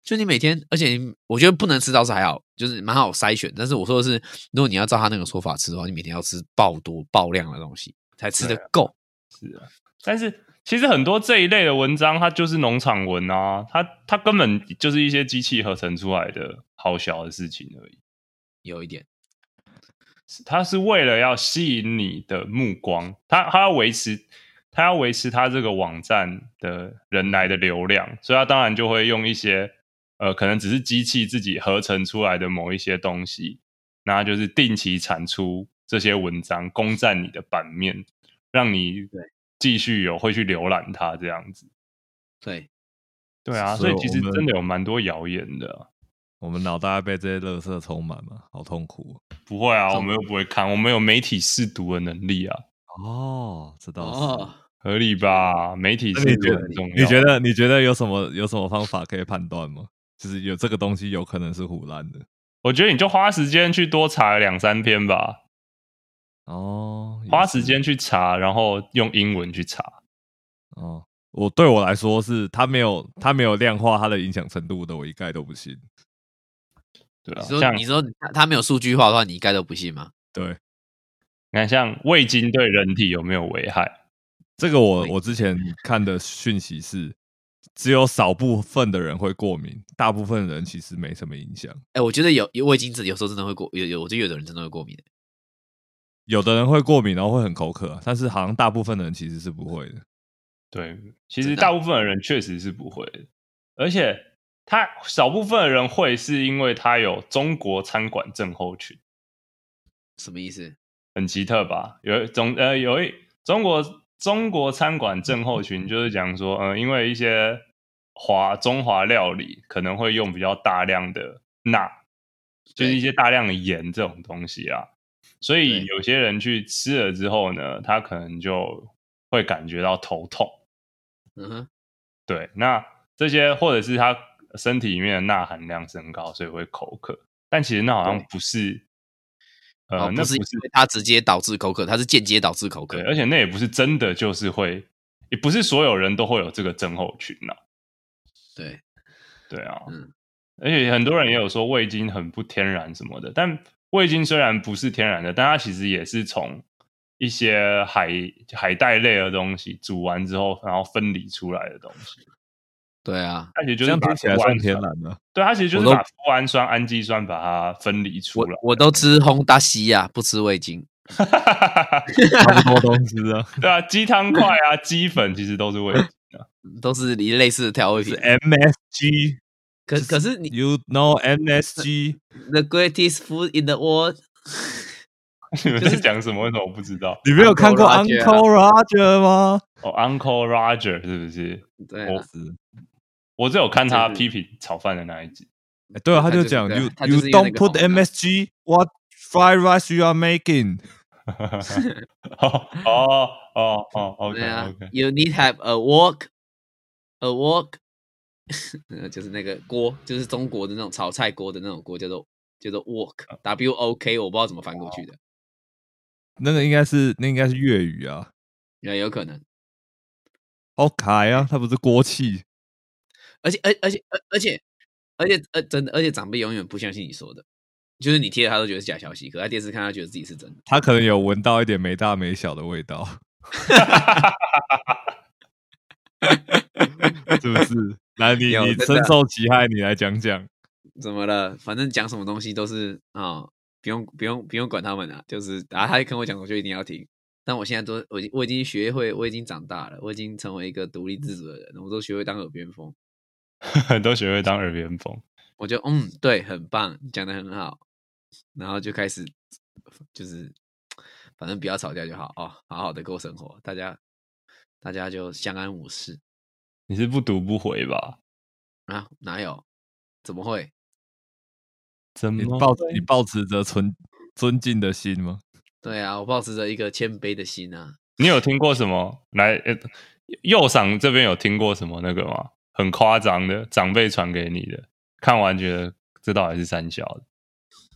[SPEAKER 3] 就你每天，而且你我觉得不能吃倒是还好，就是蛮好筛选。但是我说的是，如果你要照他那个说法吃的话，你每天要吃爆多爆量的东西才吃得够。
[SPEAKER 1] 是啊，但是其实很多这一类的文章，它就是农场文啊，它它根本就是一些机器合成出来的好小的事情而已。
[SPEAKER 3] 有一点，
[SPEAKER 1] 它是为了要吸引你的目光，它它要维持，它要维持它这个网站的人来的流量，所以它当然就会用一些呃，可能只是机器自己合成出来的某一些东西，那就是定期产出这些文章，攻占你的版面，让你继续有会去浏览它这样子。
[SPEAKER 4] 对，
[SPEAKER 1] 对啊，所
[SPEAKER 2] 所以
[SPEAKER 1] 以其
[SPEAKER 2] 我
[SPEAKER 1] 实
[SPEAKER 2] 们
[SPEAKER 1] 真的有蛮多谣言的啊、
[SPEAKER 2] 我们脑袋被这些垃圾充满嘛，好痛苦哦
[SPEAKER 1] 不会啊，
[SPEAKER 4] 好
[SPEAKER 1] 我们又不会看，我们有媒体试读的能力啊，
[SPEAKER 2] 哦。这倒是。
[SPEAKER 4] 哦，
[SPEAKER 1] 合理吧？媒体
[SPEAKER 2] 那
[SPEAKER 1] 试
[SPEAKER 2] 你
[SPEAKER 1] 读
[SPEAKER 2] 觉
[SPEAKER 1] 很重要。
[SPEAKER 2] 你觉得你觉得有什么有什么方法可以判断吗？就是有这个东西有可能是胡乱的
[SPEAKER 1] 我觉得你就花时间去多查两三篇吧，
[SPEAKER 2] 哦，也
[SPEAKER 1] 花
[SPEAKER 2] 是
[SPEAKER 1] 时间去查，然后用英文去查。
[SPEAKER 2] 哦。我对我来说是，它没有它没有量化它的影响程度的，我一概都不信。
[SPEAKER 1] 对啊，
[SPEAKER 3] 你
[SPEAKER 1] 像
[SPEAKER 3] 说你说他他没有数据化的话，你一概都不信吗？
[SPEAKER 2] 对，
[SPEAKER 1] 你看，像味精对人体有没有危害？
[SPEAKER 2] 这个我
[SPEAKER 3] 会
[SPEAKER 2] 我之前看的讯息是，只有少部分的人会过敏，大部分人其实没什么影响。
[SPEAKER 3] 哎、我觉得有有味精子有时候真的会过，有有我觉得有的人真的会过敏的。
[SPEAKER 2] 有的人会过敏，然后会很口渴，但是好像大部分的人其实是不会的。
[SPEAKER 1] 对，其实
[SPEAKER 3] 真的
[SPEAKER 1] 大部分的人确实是不会的，而且他少部分的人会，是因为他有中国餐馆症候群。
[SPEAKER 3] 什么意思？
[SPEAKER 1] 很奇特吧？有一中呃有一中国中国餐馆症候 群，就是讲说，嗯、因为一些华中华料理可能会用比较大量的钠，就是一些大量的盐这种东西啊，所以
[SPEAKER 3] 对
[SPEAKER 1] 有些人去吃了之后呢，他可能就会感觉到头痛。
[SPEAKER 3] 嗯哼，
[SPEAKER 1] 对，那这些或者是他身体里面的钠含量升高，所以会口渴。但其实那好像不是，呃，
[SPEAKER 3] 哦，
[SPEAKER 1] 那
[SPEAKER 3] 不是因为它直接导致口渴，它是间接导致口渴
[SPEAKER 1] 对，。而且那也不是真的，就是会，也不是所有人都会有这个症候群呐、
[SPEAKER 3] 对，
[SPEAKER 1] 对啊，
[SPEAKER 3] 嗯
[SPEAKER 1] 而且很多人也有说味精很不天然什么的，但味精虽然不是天然的，但它其实也是从一些海海带类的东西煮完之后，然后分离出来的东西。
[SPEAKER 3] 对啊，
[SPEAKER 1] 它其实就
[SPEAKER 2] 这
[SPEAKER 1] 是
[SPEAKER 2] 样
[SPEAKER 1] 把
[SPEAKER 2] 听起来
[SPEAKER 1] 脯
[SPEAKER 2] 算
[SPEAKER 1] 氨
[SPEAKER 2] 天
[SPEAKER 1] 酸，
[SPEAKER 2] 然的、
[SPEAKER 1] 对，它其实就是
[SPEAKER 3] 我都
[SPEAKER 1] 把脯氨酸、氨基酸把它分离出
[SPEAKER 3] 我
[SPEAKER 1] 来。
[SPEAKER 3] 我都吃烘达西亚，不吃味精。
[SPEAKER 2] 差不多东西啊。
[SPEAKER 1] 对啊，鸡汤块啊、鸡粉其实都是味精啊。
[SPEAKER 3] 都是一类似的调味
[SPEAKER 2] 是
[SPEAKER 3] 品。
[SPEAKER 2] MSG。
[SPEAKER 3] 可可是你
[SPEAKER 2] You know MSG？
[SPEAKER 3] the greatest food in the world，
[SPEAKER 1] 你 们在讲什么？为什么我不知道？
[SPEAKER 2] 你没有看过
[SPEAKER 3] Uncle 啊
[SPEAKER 2] Uncle Roger 吗？
[SPEAKER 1] 哦、u n c l e Roger 是不是？
[SPEAKER 3] 对
[SPEAKER 1] 我
[SPEAKER 3] 啊、
[SPEAKER 2] 是，
[SPEAKER 1] 我只有看他
[SPEAKER 3] 就是
[SPEAKER 1] 批评炒饭的那一集。
[SPEAKER 2] 哎对啊，他
[SPEAKER 3] 他就
[SPEAKER 2] 就
[SPEAKER 3] 是
[SPEAKER 2] 讲
[SPEAKER 3] 对
[SPEAKER 2] You
[SPEAKER 3] 他
[SPEAKER 2] You
[SPEAKER 3] 就是因为那
[SPEAKER 2] don't
[SPEAKER 3] 个
[SPEAKER 2] put
[SPEAKER 3] 访问啊
[SPEAKER 2] MSG, what fried rice you are making？
[SPEAKER 1] 哦哦哦哦，OK
[SPEAKER 3] 对啊
[SPEAKER 1] OK，
[SPEAKER 3] ，You need have a wok a wok，呃就是那个锅，就是中国的那种炒菜锅的那种锅，叫做叫做
[SPEAKER 1] 啊
[SPEAKER 3] wok w o k，我不知道怎么翻过去
[SPEAKER 1] 哦
[SPEAKER 3] 的，
[SPEAKER 2] 那个应该是那应该是粤语啊
[SPEAKER 3] 也有可能。
[SPEAKER 2] ，OK 啊，它不是锅气。
[SPEAKER 3] 而且而而且而而且而且呃真的，而且长辈永远不相信你说的，就是你贴的他都觉得是假消息，可在电视看他觉得自己是真的。
[SPEAKER 2] 他可能有闻到一点没大没小的味道，是不是？来，你
[SPEAKER 3] 有
[SPEAKER 2] 你
[SPEAKER 3] 真的
[SPEAKER 2] 深受其害，你来讲讲。
[SPEAKER 3] 怎么了？反正讲什么东西都是啊、不用不用不用管他们啊，就是啊，他跟我讲，我就一定要听。但我现在都我已经我已经学会，我已经长大了，我已经成为一个独立自主的人，我都学会当耳边风。
[SPEAKER 1] 都学会当耳边风。
[SPEAKER 3] 我就嗯，对，很棒，讲的很好，然后就开始就是反正不要吵架就好哦，好好的过生活，大家大家就相安无事
[SPEAKER 1] 你是不读不回吧？
[SPEAKER 3] 啊，哪有？怎么会？
[SPEAKER 1] 怎
[SPEAKER 2] 你
[SPEAKER 1] 么
[SPEAKER 2] 抱
[SPEAKER 1] 会
[SPEAKER 2] 你抱持着尊尊敬的心吗？
[SPEAKER 3] 对啊，我保持着一个谦卑的心啊，
[SPEAKER 1] 你有听过什么？来，呃右赏这边有听过什么那个吗？很夸张的，长辈传给你的，看完觉得这到底是三小的，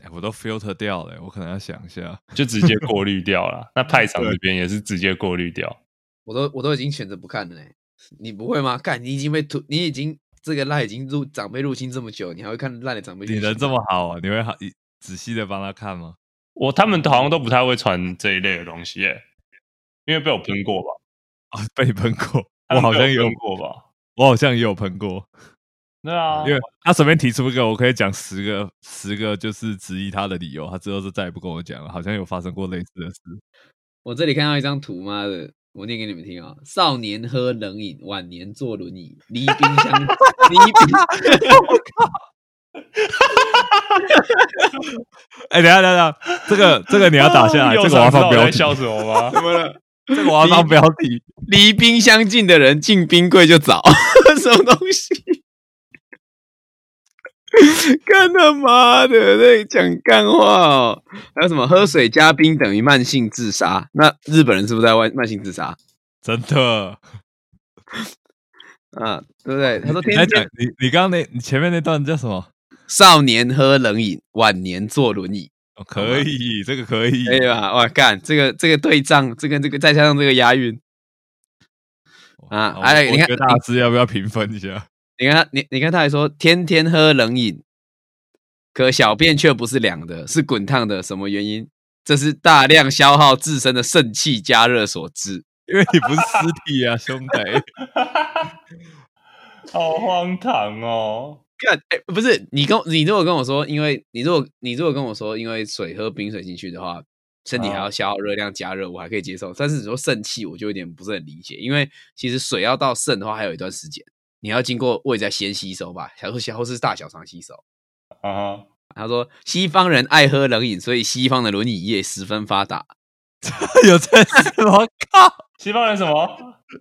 [SPEAKER 2] 哎、我都 filter 掉了、我可能要想一下。
[SPEAKER 1] 就直接过滤掉了。那派场
[SPEAKER 2] 对
[SPEAKER 1] 这边也是直接过滤掉。
[SPEAKER 3] 我都我都已经选择不看了嘞。你不会吗？干，你已经被突，你已经这个赖已经入长辈入侵这么久，你还会看赖的长辈入
[SPEAKER 2] 你
[SPEAKER 3] 侵？
[SPEAKER 2] 人这么好啊，你会好一仔细的帮他看吗？
[SPEAKER 1] 我他们好像都不太会传这一类的东西、耶，因为被我喷过吧。
[SPEAKER 2] 啊，被喷过，
[SPEAKER 1] 他们
[SPEAKER 2] 我好像
[SPEAKER 1] 被
[SPEAKER 2] 有
[SPEAKER 1] 喷，过吧？
[SPEAKER 2] 我好像也有喷过，
[SPEAKER 1] 对啊，
[SPEAKER 2] 因为他随便提出一个，我可以讲十个，十个就是质疑他的理由，他之后就再也不跟我讲了。好像有发生过类似的事，
[SPEAKER 3] 我这里看到一张图，妈的，我念给你们听啊、少年喝 冷饮，晚年坐轮椅，离冰箱，离冰，
[SPEAKER 2] 哎、等一下等一下，等一下这个这个你要打下 来，
[SPEAKER 1] 有
[SPEAKER 2] 这个我要
[SPEAKER 1] 哦常知道
[SPEAKER 2] 放
[SPEAKER 1] 我
[SPEAKER 2] 标
[SPEAKER 1] 在
[SPEAKER 2] 题，
[SPEAKER 1] 笑什么吗？
[SPEAKER 4] 么了？
[SPEAKER 2] 这个我要放标题。
[SPEAKER 3] 离冰箱近的人进冰柜就早， 什么东西？干他妈的，在讲干话哦！还有什么喝水加冰等于慢性自杀？那日本人是不是在慢慢性自杀？
[SPEAKER 2] 真的，
[SPEAKER 3] 啊，对不对？他说天
[SPEAKER 2] 哎，
[SPEAKER 3] 天
[SPEAKER 2] 讲你你刚刚那你前面那段叫什么？
[SPEAKER 3] 少年喝冷饮，晚年坐轮椅，
[SPEAKER 2] 哦可以，这个可以。
[SPEAKER 3] 可以吧？哇，干这个这个对仗，这个这个再加上这个押韵，啊
[SPEAKER 2] 好
[SPEAKER 3] 哎
[SPEAKER 2] 哦我
[SPEAKER 3] 你看
[SPEAKER 2] 觉得大师要不要评分一下？
[SPEAKER 3] 你看他，你你看他还说天天喝冷饮，可小便却不是凉的，是滚烫的，什么原因？这是大量消耗自身的肾气加热所致。
[SPEAKER 2] 因为你不是尸体啊，兄弟。
[SPEAKER 1] 好荒唐哦！
[SPEAKER 3] 看，哎、不是你跟我你如果跟我说，因为你如果你如果跟我说，因为水喝冰水进去的话，身体还要消耗热量加热，我还可以接受。但是你说肾气，我就有点不是很理解，因为其实水要到肾的话，还有一段时间，你要经过胃在先吸收吧，小时候或是大小肠吸收。
[SPEAKER 1] 啊哈，
[SPEAKER 3] 他说西方人爱喝冷饮，所以西方的轮椅业十分发达。
[SPEAKER 2] 有这事吗？靠！
[SPEAKER 1] 西方人什么？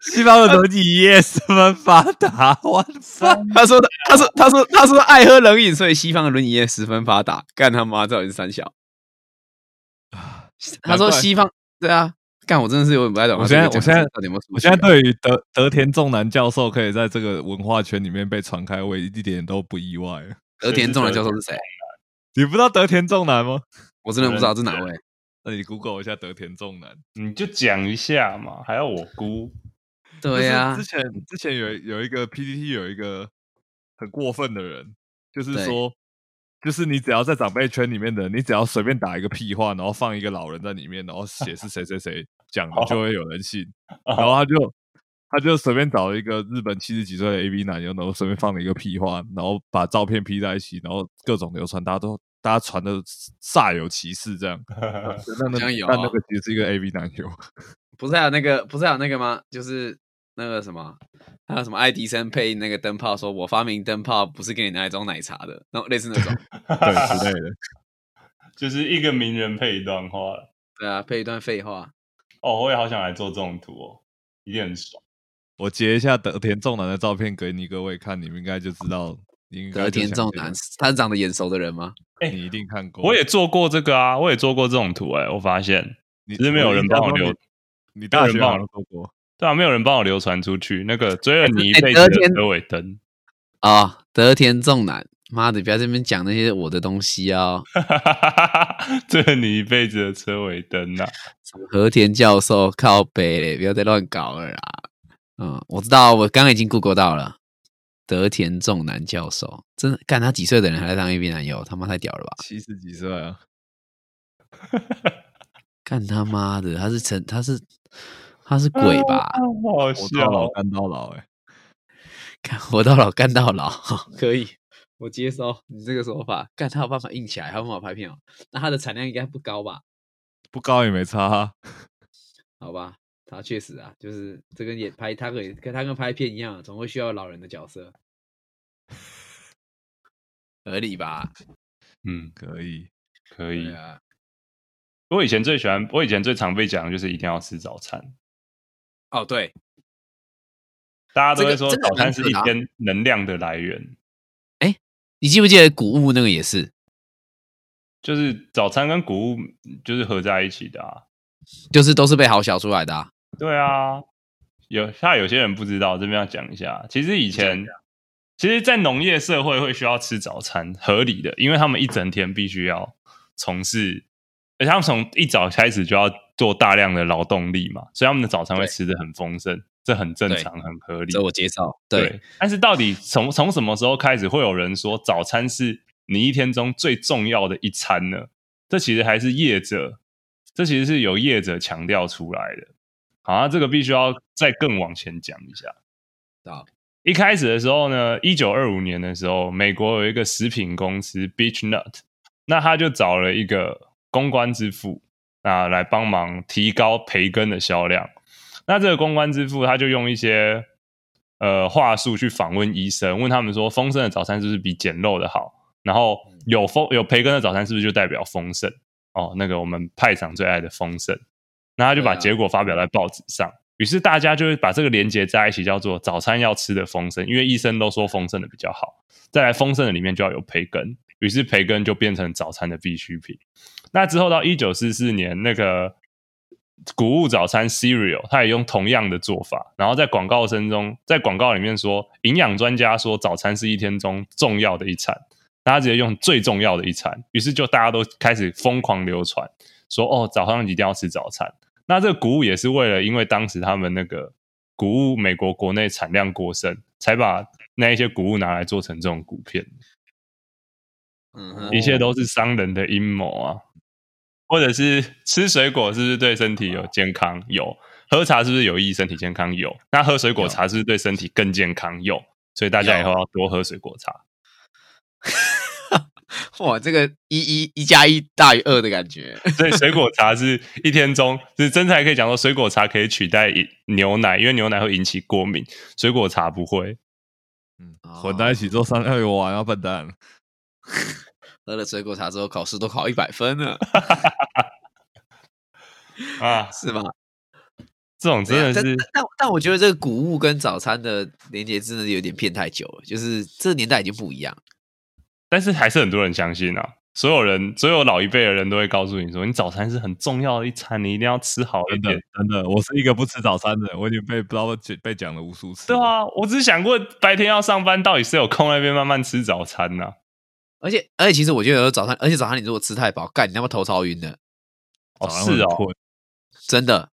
[SPEAKER 2] 西方的轮椅业十分发达，我
[SPEAKER 1] 啊
[SPEAKER 2] 操！
[SPEAKER 3] 他说的，他说，他说，他说爱喝冷饮，所以西方的轮椅业十分发达。干他妈，这到底是三小？他说
[SPEAKER 2] 啊难怪
[SPEAKER 3] 西方，对啊，干我真的是有点不太懂。
[SPEAKER 2] 我现在
[SPEAKER 3] 他这个
[SPEAKER 2] 我现
[SPEAKER 3] 讲
[SPEAKER 2] 在
[SPEAKER 3] 法到底有没有数据啊？
[SPEAKER 2] 我现在对于德德田重男教授可以在这个文化圈里面被传开，我一点都不意外。
[SPEAKER 3] 德田中的教授是谁？
[SPEAKER 2] 你不知道德田重男吗？
[SPEAKER 3] 我真的不知道是哪位。
[SPEAKER 2] 那你 Google 一下德田重男。
[SPEAKER 1] 你就讲一下嘛，还要我估？
[SPEAKER 3] 对啊
[SPEAKER 2] 就是，之前之前有有一个 PPT 有一个很过分的人，就是
[SPEAKER 3] 对
[SPEAKER 2] 说，就是你只要在长辈圈里面的，你只要随便打一个屁话，然后放一个老人在里面，然后写是谁谁谁讲的，
[SPEAKER 3] 哦
[SPEAKER 2] 就会有 人信。然后他就他就随便找了一个日本七十几岁的 AV 男优，然后随便放了一个屁话，然后把照片 P 在一起，然后各种流传，大家都大家传的煞有其事这样。 那那
[SPEAKER 3] 好像有
[SPEAKER 2] 但那
[SPEAKER 3] 啊
[SPEAKER 2] 个其实是一个 AV 男 优。
[SPEAKER 3] 不是还有那个，不是还有那个吗？就是那个什么，还有什么爱迪生配那个灯泡，说我发明灯泡不是给你拿来装奶茶的，然后类似那 种。
[SPEAKER 2] 对之类的。
[SPEAKER 1] 就是一个名人配一段话了。
[SPEAKER 3] 对啊，配一段废话。
[SPEAKER 1] 哦，我也好想来做这种图哦，一定很爽。
[SPEAKER 2] 我截一下德田重男的照片给你各位看，你们应该就知道，你应
[SPEAKER 3] 德
[SPEAKER 2] 该就
[SPEAKER 3] 田
[SPEAKER 2] 想
[SPEAKER 3] 重
[SPEAKER 2] 这个
[SPEAKER 3] 男，他是长得眼熟的人吗？
[SPEAKER 1] 哎
[SPEAKER 2] 你一定看过。
[SPEAKER 1] 我也做过这个啊，我也做过这种图哎、我发现，
[SPEAKER 2] 你
[SPEAKER 1] 只是没有人帮我留
[SPEAKER 2] 你你大学好像做过，
[SPEAKER 1] 对啊，没有人帮我流传出去。那个追了你一
[SPEAKER 3] 哎
[SPEAKER 1] 辈
[SPEAKER 3] 德
[SPEAKER 1] 子的
[SPEAKER 3] 天
[SPEAKER 1] 车尾灯，
[SPEAKER 3] 啊、德田重男，妈的，不要在这边讲那些我的东西哦。
[SPEAKER 1] 追了你一辈子的车尾灯呐、啊，
[SPEAKER 3] 和田教授靠北嘞，不要再乱搞了啦。嗯，我知道，我刚刚已经 Google 到了。德田重男教授，真的干他几岁的人还在当 A B 男友，他妈太屌了吧！
[SPEAKER 2] 七十几岁啊，
[SPEAKER 3] 干他妈的，他是成他是他是鬼吧？
[SPEAKER 1] 好
[SPEAKER 2] 嗯
[SPEAKER 1] 好
[SPEAKER 2] 我到
[SPEAKER 1] 笑
[SPEAKER 2] 老
[SPEAKER 1] 哦。
[SPEAKER 2] 干到老、欸，哎，
[SPEAKER 3] 干活到老干到老， 可以，我接受你这个说法。干他有办法硬起来，还有办法拍片哦。那他的产量应该不高吧？
[SPEAKER 2] 不高也没差、啊。
[SPEAKER 3] 好吧，他确实啊，就是这跟 演拍，他跟跟他跟拍片一样啊，总会需要老人的角 色，合理吧？
[SPEAKER 1] 嗯，
[SPEAKER 2] 可以，
[SPEAKER 1] 可以。
[SPEAKER 3] 啊，
[SPEAKER 1] 我以前最喜欢，我以前最常被讲的就是一定要吃早餐，
[SPEAKER 3] 哦对，
[SPEAKER 1] 大家都
[SPEAKER 3] 这
[SPEAKER 1] 会
[SPEAKER 3] 个
[SPEAKER 1] 说
[SPEAKER 3] 这个
[SPEAKER 1] 早
[SPEAKER 3] 很
[SPEAKER 1] 餐
[SPEAKER 3] 难
[SPEAKER 1] 是一
[SPEAKER 3] 得啊
[SPEAKER 1] 天能量的来源，
[SPEAKER 3] 你记不记得古物那个也是，
[SPEAKER 1] 就是早餐跟谷物就是合在一起的啊。
[SPEAKER 3] 就是都是被好小出来的、啊，
[SPEAKER 1] 对啊，有怕有些人不知道，这边要讲一下。其实以前，其实，在农业社会会需要吃早餐，合理的，因为他们一整天必须要从事，而且他们从一早开始就要做大量的劳动力嘛，所以他们的早餐会
[SPEAKER 3] 对
[SPEAKER 1] 吃的很丰盛，这很正
[SPEAKER 3] 对
[SPEAKER 1] 常，很合理。
[SPEAKER 3] 这我接受。对，
[SPEAKER 1] 对，但是到底从从什么时候开始会有人说早餐是你一天中最重要的一餐呢？这其实还是业者，这其实是由业者强调出来的。好、啊，这个必须要再更往前讲一下。
[SPEAKER 3] 好，
[SPEAKER 1] 一开始的时候呢，一九二五年的时候，美国有一个食品公司 Beach Nut，那他就找了一个公关之父啊来帮忙提高培根的销量。那这个公关之父他就用一些呃话术去访问医生，问他们说丰盛的早餐是不是比简陋的好？然后
[SPEAKER 4] 嗯
[SPEAKER 1] 有丰有培根的早餐是不是就代表丰盛？哦，那个我们派长最爱的丰盛。那他就把
[SPEAKER 4] 对啊
[SPEAKER 1] 结果发表在报纸上，于是大家就会把这个连接在一起，叫做早餐要吃的丰盛，因为医生都说丰盛的比较好。再来丰盛的里面就要有培根，于是培根就变成早餐的必需品。那之后到一九四四年，那个谷物早餐 cereal，它也用同样的做法，然后在广告声中，在广告里面说，营养专家说早餐是一天中重要的一餐，大家直接用最重要的一餐，于是就大家都开始疯狂流传，说哦早上一定要吃早餐。那这个谷物也是为了，因为当时他们那个谷物美国国内产量过剩，才把那一些谷物拿来做成这种谷片。
[SPEAKER 4] 嗯哼，
[SPEAKER 1] 一切都是商人的阴谋啊，或者是吃水果是不是对身体有健康？有，喝茶是不是有益身体健康？有，那喝水果茶是不是对身体更健康？有，所以大家以后要多喝水果茶。
[SPEAKER 3] 哇，这个一一一加一大于二的感 觉，
[SPEAKER 1] 所以水果茶是一天中，是真才可以讲说水果茶可以取代饮牛奶，因为牛奶会引起过敏，水果茶不会。
[SPEAKER 2] 嗯，
[SPEAKER 3] 哦
[SPEAKER 2] 混在一起做三二玩啊，笨蛋！
[SPEAKER 3] 喝了水果茶之后，考试都考一百分了，
[SPEAKER 1] 啊，
[SPEAKER 3] 是 吗？
[SPEAKER 1] 这种真的
[SPEAKER 3] 对啊
[SPEAKER 1] 是
[SPEAKER 3] 但但但我觉得这个谷物跟早餐的连接真的有点骗太久了，就是这个年代已经不一样。
[SPEAKER 1] 但是还是很多人相信啊。所有人，所有老一辈的人都会告诉你说，你早餐是很重要的一餐，你一定要吃好一
[SPEAKER 2] 真
[SPEAKER 1] 点
[SPEAKER 2] 的。真的，我是一个不吃早餐的人，我已经被不知道被被讲了无数次。
[SPEAKER 1] 对，啊，我只是想过白天要上班，到底是有空那边慢慢吃早餐呢、
[SPEAKER 3] 而且而且，其实我觉得有时候早餐，而且早餐你如果吃太饱，干你他妈头超晕的，
[SPEAKER 1] 哦，
[SPEAKER 2] 早上
[SPEAKER 1] 是
[SPEAKER 2] 很
[SPEAKER 1] 哦，
[SPEAKER 2] 困，
[SPEAKER 3] 真的。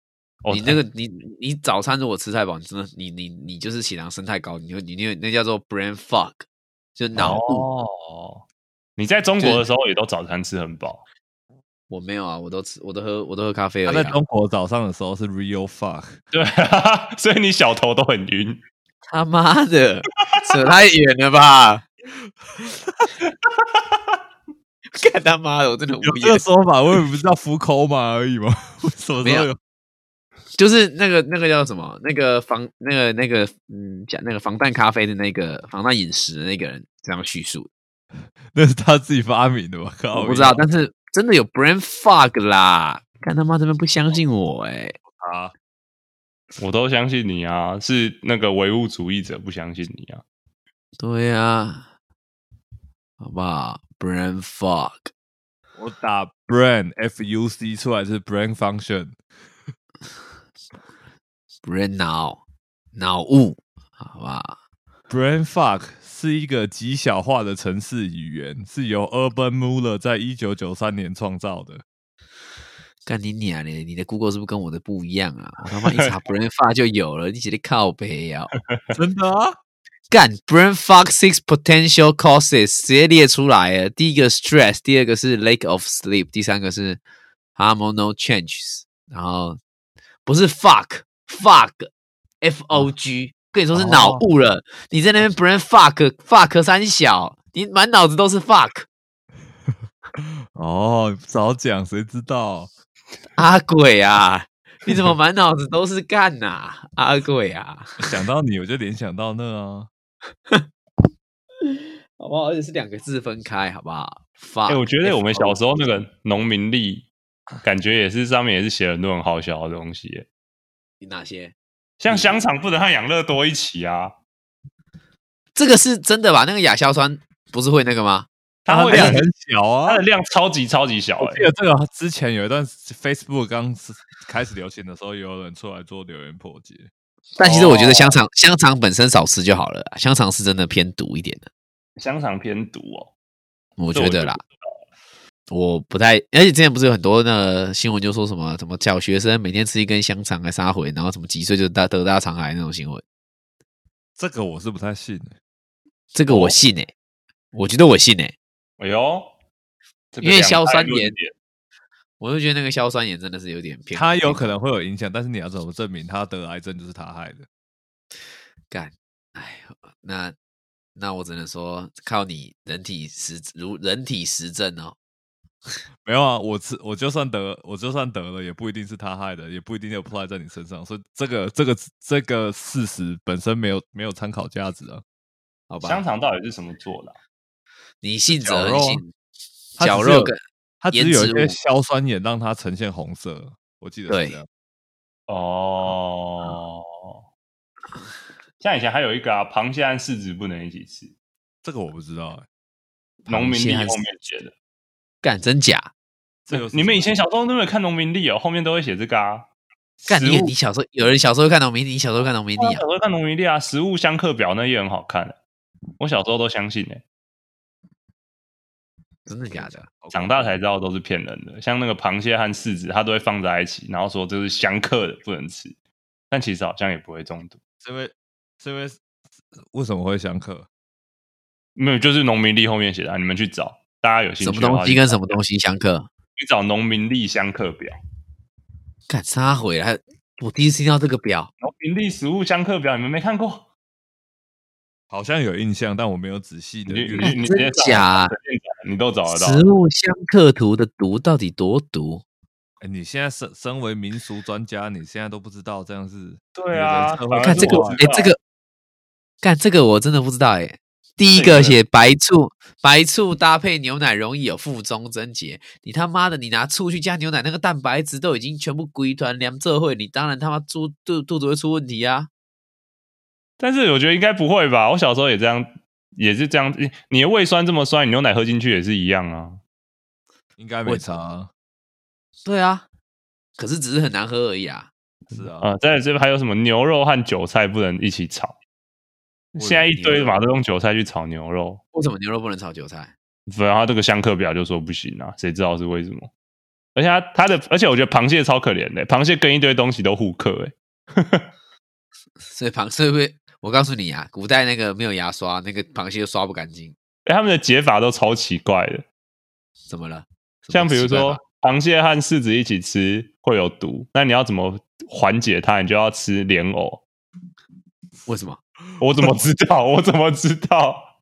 [SPEAKER 1] 哦
[SPEAKER 3] 你那个你你早餐如果吃太饱，你真的你你你就是血糖升太高，你就你那那叫做 brain fog，就是脑雾。
[SPEAKER 1] 哦。你在中国的时候也都早餐吃很饱，
[SPEAKER 3] 我没有啊，我都吃我都喝我都喝咖啡
[SPEAKER 2] 他
[SPEAKER 3] 而已、
[SPEAKER 2] 在
[SPEAKER 3] 啊。
[SPEAKER 2] 中国早上的时候是 real fuck，
[SPEAKER 1] 对、啊， 所以你小头都很晕。
[SPEAKER 3] 他妈的，扯太远了吧！ 干他妈的，我真的
[SPEAKER 2] 有
[SPEAKER 3] 无言
[SPEAKER 2] 这个。说法，我也不知道浮口嘛而已嘛， 为什么
[SPEAKER 3] 没
[SPEAKER 2] 时候
[SPEAKER 3] 有
[SPEAKER 2] 有？
[SPEAKER 3] 就是那个那个叫什么？那个防那个那个嗯，讲那个防弹咖啡的那个防弹饮食的那个人这样叙述，
[SPEAKER 2] 那是他自己发明的吧？靠，
[SPEAKER 3] 我不知道，但是真的有 brain fog 啦！看他妈这边不相信我哎、
[SPEAKER 2] 啊，
[SPEAKER 1] 我都相信你啊，是那个唯物主义者不相信你啊。
[SPEAKER 3] 对啊，好不好？brain fog，
[SPEAKER 2] 我打 brain f u c 出来是 brain function，
[SPEAKER 3] brain 脑脑雾，好不好？
[SPEAKER 2] Brain fuck 是一个极小化的城市语言，是由 Urban Muller 在一九九三年创造的。
[SPEAKER 3] 干你娘嘞！你的 Google 是不是跟我的不一样啊？我他妈一查 brain fog 就有了，你写的靠背啊！
[SPEAKER 2] 真的啊？
[SPEAKER 3] 干 brain fog six potential causes 直接列出来了。第一个 stress，第二个是 lack of sleep，第三个是 hormonal changes，然后不是 fuck fuck f o g，跟你说是脑雾了。你在那边 brain fuck fuck 三小，你满脑子都是 fuck
[SPEAKER 2] 哦，早讲谁知道？
[SPEAKER 3] 阿鬼啊！你怎么满脑子都是干呐、阿鬼啊！
[SPEAKER 2] 想到你我就联想到那啊。
[SPEAKER 3] 好不好？而且是两个字分开，好不好？发、
[SPEAKER 1] 哎、我觉得我们
[SPEAKER 3] 哦
[SPEAKER 1] 小时候那个农民历，感觉也是上面也是写了很多很好笑的东西耶，
[SPEAKER 3] 你哪些？嗯
[SPEAKER 1] 像香肠不能和养乐多一起啊，
[SPEAKER 3] 这个是真的吧？那个亚硝酸不是会那个吗？
[SPEAKER 1] 它会
[SPEAKER 2] 量
[SPEAKER 1] 量
[SPEAKER 2] 很小
[SPEAKER 1] 它
[SPEAKER 2] 啊
[SPEAKER 1] 的。量超级超级小、
[SPEAKER 2] 我记
[SPEAKER 1] 欸，
[SPEAKER 2] 得这个之前有一段 Facebook 刚开始流行的时候，也有人出来做留言破解。
[SPEAKER 3] 但其实我觉得
[SPEAKER 1] 哦
[SPEAKER 3] 香肠、香肠本身少吃就好了啦，香肠是真的偏毒一点的，
[SPEAKER 1] 香肠偏毒哦。
[SPEAKER 3] 我
[SPEAKER 1] 这
[SPEAKER 3] 觉
[SPEAKER 1] 我
[SPEAKER 3] 得
[SPEAKER 1] 就
[SPEAKER 3] 啦。我不太，而且之前不是有很多那个新闻就说什么什么小学生每天吃一根香肠来杀回，然后什么几岁就大得大肠癌那种新闻，
[SPEAKER 2] 这个我是不太信的、
[SPEAKER 3] 这个我信诶、欸我觉得我信诶、欸
[SPEAKER 1] 哎呦，这个
[SPEAKER 3] 因为
[SPEAKER 1] 两
[SPEAKER 3] 硝
[SPEAKER 1] 派
[SPEAKER 3] 酸
[SPEAKER 1] 论
[SPEAKER 3] 盐
[SPEAKER 1] 点
[SPEAKER 3] 我就觉得那个硝酸盐真的是有点偏，
[SPEAKER 2] 它有可能会有影响，但是你要怎么证明他得癌症就是他害的？
[SPEAKER 3] 干，哎，那那我只能说靠你人体实如人体实证哦。
[SPEAKER 2] 没有啊，我吃我就算得我就算得了，也不一定是他害的，也不一定 apply 在你身上，所以这个这个这个事实本身没有没有参考价值啊。
[SPEAKER 3] 好吧，
[SPEAKER 1] 香肠到底是什么做的啊、
[SPEAKER 3] 你信
[SPEAKER 2] 绞
[SPEAKER 3] 则
[SPEAKER 2] 肉
[SPEAKER 3] 很
[SPEAKER 2] 啊
[SPEAKER 3] 信，
[SPEAKER 2] 它只
[SPEAKER 3] 绞
[SPEAKER 2] 是
[SPEAKER 3] 肉
[SPEAKER 2] 有
[SPEAKER 3] 跟
[SPEAKER 2] 它只
[SPEAKER 3] 颜
[SPEAKER 2] 是有
[SPEAKER 3] 值
[SPEAKER 2] 一些
[SPEAKER 1] 哦
[SPEAKER 3] 舞
[SPEAKER 2] 硝酸盐让它呈现红色，我记得是
[SPEAKER 3] 对
[SPEAKER 2] 这样。
[SPEAKER 1] 哦，
[SPEAKER 3] 嗯
[SPEAKER 1] 像以前还有一个啊，螃蟹和柿子不能一起吃，
[SPEAKER 2] 这个我不知道、欸，
[SPEAKER 1] 农民
[SPEAKER 3] 螃蟹
[SPEAKER 1] 历
[SPEAKER 3] 和
[SPEAKER 1] 后面写的。
[SPEAKER 3] 干真假？
[SPEAKER 2] 这个
[SPEAKER 1] 哎
[SPEAKER 2] 是
[SPEAKER 1] 你们
[SPEAKER 2] 什
[SPEAKER 1] 以
[SPEAKER 2] 么
[SPEAKER 1] 前小时候都没有看农民历哦，后面都会写这个啊。
[SPEAKER 3] 干
[SPEAKER 1] 食
[SPEAKER 3] 你
[SPEAKER 1] 物
[SPEAKER 3] 你小时候有人小时候看农民，你小时候看农民
[SPEAKER 1] 对啊
[SPEAKER 3] 历
[SPEAKER 1] 小
[SPEAKER 3] 啊
[SPEAKER 1] 时？候看农民历啊，食物相克表那也很好看、我小时候都相信诶、
[SPEAKER 3] 真的假的？
[SPEAKER 1] 长大才知道都是骗人的。像那个螃蟹和柿子，它都会放在一起，然后说这是相克的，不能吃。但其实好像也不会中毒，
[SPEAKER 2] 是因为是因为为什么会相克？
[SPEAKER 1] 没有，就是农民历后面写的啊、你们去找，大家有兴
[SPEAKER 3] 什
[SPEAKER 1] 趣
[SPEAKER 3] 么
[SPEAKER 1] 的话
[SPEAKER 3] 东西
[SPEAKER 1] 去
[SPEAKER 3] 跟
[SPEAKER 1] 找
[SPEAKER 3] 什么东西相克？
[SPEAKER 1] 去找农民历相克表。
[SPEAKER 3] 干啥回来？我第一次听到这个表，
[SPEAKER 1] 农民历食物相克表，你们没看过？
[SPEAKER 2] 好像有印象，但我没有仔细的
[SPEAKER 1] 你你
[SPEAKER 2] 阅
[SPEAKER 1] 你
[SPEAKER 2] 读。
[SPEAKER 1] 你直接
[SPEAKER 3] 真假
[SPEAKER 1] 上
[SPEAKER 3] 啊
[SPEAKER 1] 网随便找你都找得到。
[SPEAKER 3] 食物相克图的毒到底多毒？
[SPEAKER 2] 哎你现在身身为民俗专家，你现在都不知道这样是？
[SPEAKER 1] 对啊
[SPEAKER 2] 你的人设
[SPEAKER 1] 反
[SPEAKER 2] 会
[SPEAKER 1] 而
[SPEAKER 3] 看
[SPEAKER 1] 是
[SPEAKER 3] 这个
[SPEAKER 1] 我啊
[SPEAKER 3] 我，
[SPEAKER 1] 知
[SPEAKER 3] 哎、
[SPEAKER 1] 道
[SPEAKER 3] 这个，干这个我真的不知道哎、第一
[SPEAKER 1] 这个
[SPEAKER 3] 个写白醋，白醋搭配牛奶容易有腹中症结。你他妈的，你拿醋去加牛奶，那个蛋白质都已经全部归团两这会，你当然他妈猪肚肚子会出问题啊！
[SPEAKER 1] 但是我觉得应该不会吧？我小时候也这样，也是这样。你你的胃酸这么酸，你牛奶喝进去也是一样啊。
[SPEAKER 2] 应该
[SPEAKER 3] 我
[SPEAKER 2] 没差啊，
[SPEAKER 3] 对啊，可是只是很难喝而已啊。
[SPEAKER 2] 是啊，
[SPEAKER 1] 啊、在这边还有什么牛肉和韭菜不能一起炒？
[SPEAKER 2] 为什么
[SPEAKER 1] 现在一堆
[SPEAKER 2] 牛肉
[SPEAKER 1] 嘛都用韭菜去炒牛肉，
[SPEAKER 3] 为什么牛肉不能炒韭菜？
[SPEAKER 1] 反正他这个相克表就说不行啊，谁知道是为什么？而且他他的，而且我觉得螃蟹超可怜的、螃蟹跟一堆东西都互克、欸，
[SPEAKER 3] 所以螃蟹会，我告诉你啊，古代那个没有牙刷，那个螃蟹就刷不干净。
[SPEAKER 1] 哎、他们的解法都超奇怪的，
[SPEAKER 3] 怎么了？什么
[SPEAKER 1] 像比如
[SPEAKER 3] 奇怪
[SPEAKER 1] 说
[SPEAKER 3] 法，
[SPEAKER 1] 螃蟹和柿子一起吃会有毒，那你要怎么缓解它？你就要吃莲藕。
[SPEAKER 3] 为什么？
[SPEAKER 1] 我怎么知道？我怎么知道？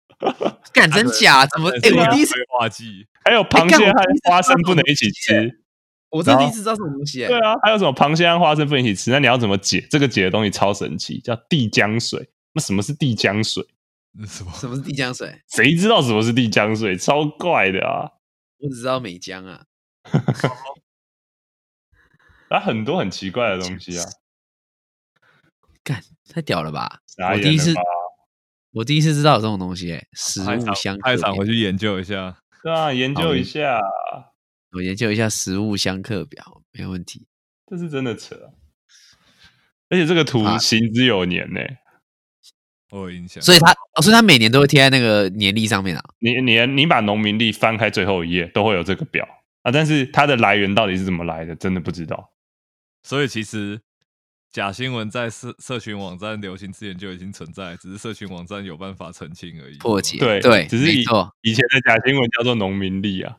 [SPEAKER 3] 干真假？怎么？哎、
[SPEAKER 2] 这个
[SPEAKER 3] 我
[SPEAKER 2] 是
[SPEAKER 1] 啊
[SPEAKER 3] 第一次
[SPEAKER 2] 催化剂，
[SPEAKER 1] 还有螃蟹和
[SPEAKER 3] 哎干我第一次知道
[SPEAKER 1] 花生不能一起
[SPEAKER 3] 这种
[SPEAKER 1] 吃。
[SPEAKER 3] 我真
[SPEAKER 1] 然后
[SPEAKER 3] 的第一次知道这种东西、欸。
[SPEAKER 1] 对啊，还有什么螃蟹和花生不能一起吃？那你要怎么解？这个解的东西超神奇，叫地浆水。那什么是地浆水？
[SPEAKER 2] 那嗯什么？
[SPEAKER 3] 什么是地浆水？
[SPEAKER 1] 谁知道什么是地浆水？超怪的啊！
[SPEAKER 3] 我只知道美浆啊。
[SPEAKER 1] 它啊很多很奇怪的东西啊，
[SPEAKER 3] 干，太屌了吧！
[SPEAKER 1] 傻
[SPEAKER 3] 我
[SPEAKER 1] 眼
[SPEAKER 3] 第一
[SPEAKER 1] 了
[SPEAKER 3] 次
[SPEAKER 1] 吧，
[SPEAKER 3] 我第一次知道有这种东西、欸，食
[SPEAKER 2] 太
[SPEAKER 3] 物
[SPEAKER 2] 常
[SPEAKER 3] 相克
[SPEAKER 2] 太
[SPEAKER 3] 表
[SPEAKER 2] 常。回去研究一下。
[SPEAKER 1] 对啊，研究一下，
[SPEAKER 3] 我研究一下食物相克表，没有问题。
[SPEAKER 1] 这是真的扯啊、而且这个图
[SPEAKER 3] 啊
[SPEAKER 1] 行之有年呢、
[SPEAKER 2] 我有印象，
[SPEAKER 3] 所以它，哦所以它每年都会贴在那个年历上面啊。
[SPEAKER 1] 你你你把农民历翻开最后一页，都会有这个表啊，但是它的来源到底是怎么来的，真的不知道。
[SPEAKER 2] 所以其实假新闻在社社群网站流行之前就已经存在，只是社群网站有办法澄清而已。哦
[SPEAKER 3] 破解
[SPEAKER 1] 对
[SPEAKER 3] 对
[SPEAKER 1] 只是
[SPEAKER 3] 没
[SPEAKER 1] 以
[SPEAKER 3] 错
[SPEAKER 1] 以前的假新闻叫做农民历啊，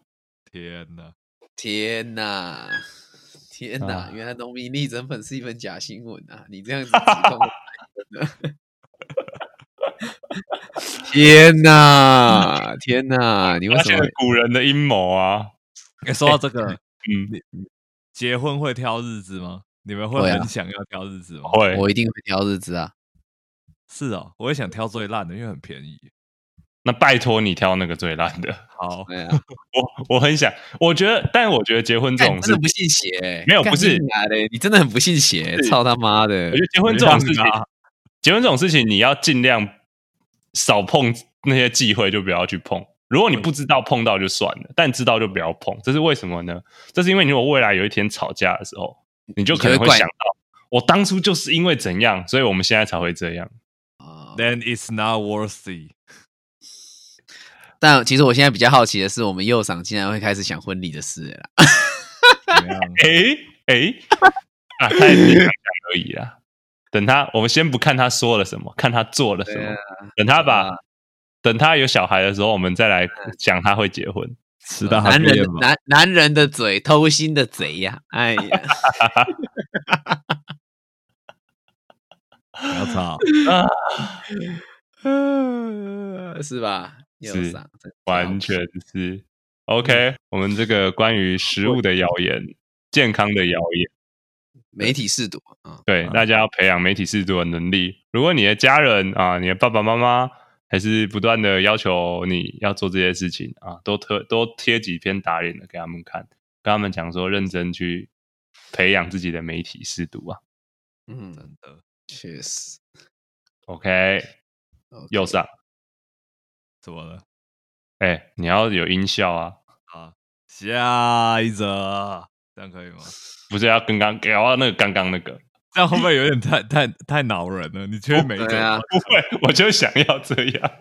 [SPEAKER 2] 天哪！
[SPEAKER 3] 天哪！天哪！
[SPEAKER 1] 啊
[SPEAKER 3] 原来农民历整粉是一本假新闻啊！你这样子指控我 天哪！天哪！你为
[SPEAKER 1] 发
[SPEAKER 3] 什
[SPEAKER 1] 现
[SPEAKER 3] 么
[SPEAKER 1] 了？古人的阴谋啊。
[SPEAKER 2] 哎，说到 这个，
[SPEAKER 1] 嗯，
[SPEAKER 2] 结婚会挑日子吗？你们会
[SPEAKER 3] 会啊
[SPEAKER 2] 很想要挑日子吗？
[SPEAKER 1] 会，
[SPEAKER 3] 我一定会挑日子啊！
[SPEAKER 2] 是哦，我也想挑最烂的，因为很便宜。
[SPEAKER 1] 那拜托你挑那个最烂的。
[SPEAKER 2] 好，
[SPEAKER 3] 对啊，
[SPEAKER 1] 我我很想，我觉得，但我觉得结婚这
[SPEAKER 3] 干
[SPEAKER 1] 种
[SPEAKER 3] 你
[SPEAKER 1] 事
[SPEAKER 3] 真的，不信邪欸、
[SPEAKER 1] 没有
[SPEAKER 3] 干
[SPEAKER 1] 不是
[SPEAKER 3] 你妈的，你真的很不信邪欸、
[SPEAKER 1] 是
[SPEAKER 3] 操他妈的
[SPEAKER 1] 我觉！得结婚这种事情
[SPEAKER 2] 没办法，
[SPEAKER 1] 结婚这种事情你要尽量少碰那些忌讳，就不要去碰。如果你不知道碰到就算了，但知道就不要碰。这是为什么呢？这是因为你如果未来有一天吵架的时候，你就可能
[SPEAKER 3] 你就
[SPEAKER 1] 会
[SPEAKER 3] 会怪
[SPEAKER 1] 想到，我当初就是因为怎样，所以我们现在才会这样。
[SPEAKER 3] 啊
[SPEAKER 2] Then it's not worthy。
[SPEAKER 3] 但其实我现在比较好奇的是，我们右赏竟然会开始想婚礼的事了啦。
[SPEAKER 2] 怎么样？
[SPEAKER 1] 诶诶，啊，他也只是想想而已啦。等他，我们先不看他说了什么，看他做了什
[SPEAKER 3] 对
[SPEAKER 1] 么
[SPEAKER 3] 啊。
[SPEAKER 1] 等他把、
[SPEAKER 3] 啊嗯
[SPEAKER 1] 等他有小孩的时候，我们再来讲他会结婚。
[SPEAKER 2] 迟到还
[SPEAKER 3] 男
[SPEAKER 2] 不
[SPEAKER 3] 人
[SPEAKER 2] 练
[SPEAKER 3] 的
[SPEAKER 2] 吧？
[SPEAKER 3] 男男人的嘴，偷心的贼呀、哎呀，
[SPEAKER 2] 不 要吵，
[SPEAKER 3] 是吧？右
[SPEAKER 1] 是
[SPEAKER 3] 赏真
[SPEAKER 1] 完全
[SPEAKER 3] 嗯
[SPEAKER 1] 是 OK。我们这个关于食物的谣言、健康的谣言，
[SPEAKER 3] 媒体试毒啊！
[SPEAKER 1] 嗯对大家要培养媒体视读的能力。如果你的家人啊、你的爸爸妈妈，还是不断的要求你要做这些事情啊，都特都贴几篇打脸的给他们看，跟他们讲说认真去培养自己的媒体识读啊。
[SPEAKER 3] 嗯，
[SPEAKER 2] 真的。
[SPEAKER 4] 确实，
[SPEAKER 1] OK，右上，
[SPEAKER 2] 怎么了？
[SPEAKER 1] 哎、你要有音效啊，
[SPEAKER 2] 啊，下一则，这样可以吗？
[SPEAKER 1] 不是要刚刚给到那个刚刚那个，
[SPEAKER 2] 这样会不会有点太太太恼人了？你觉得每一
[SPEAKER 4] 对啊
[SPEAKER 2] 则，
[SPEAKER 1] 不会，我就想要这 样，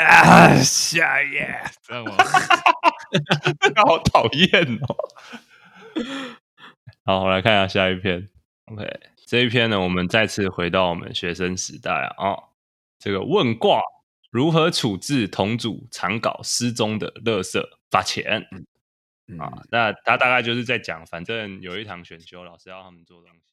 [SPEAKER 2] 啊，下一页，这样吗？
[SPEAKER 1] 好讨厌哦。好，我来看一下下一篇。OK，这一篇呢，我们再次回到我们学生时代啊、哦。这个问卦如何处置同组常搞失踪的垃圾罚钱
[SPEAKER 4] 嗯
[SPEAKER 1] 啊？那他大概就是在讲，反正有一堂选修，老师要他们做东西。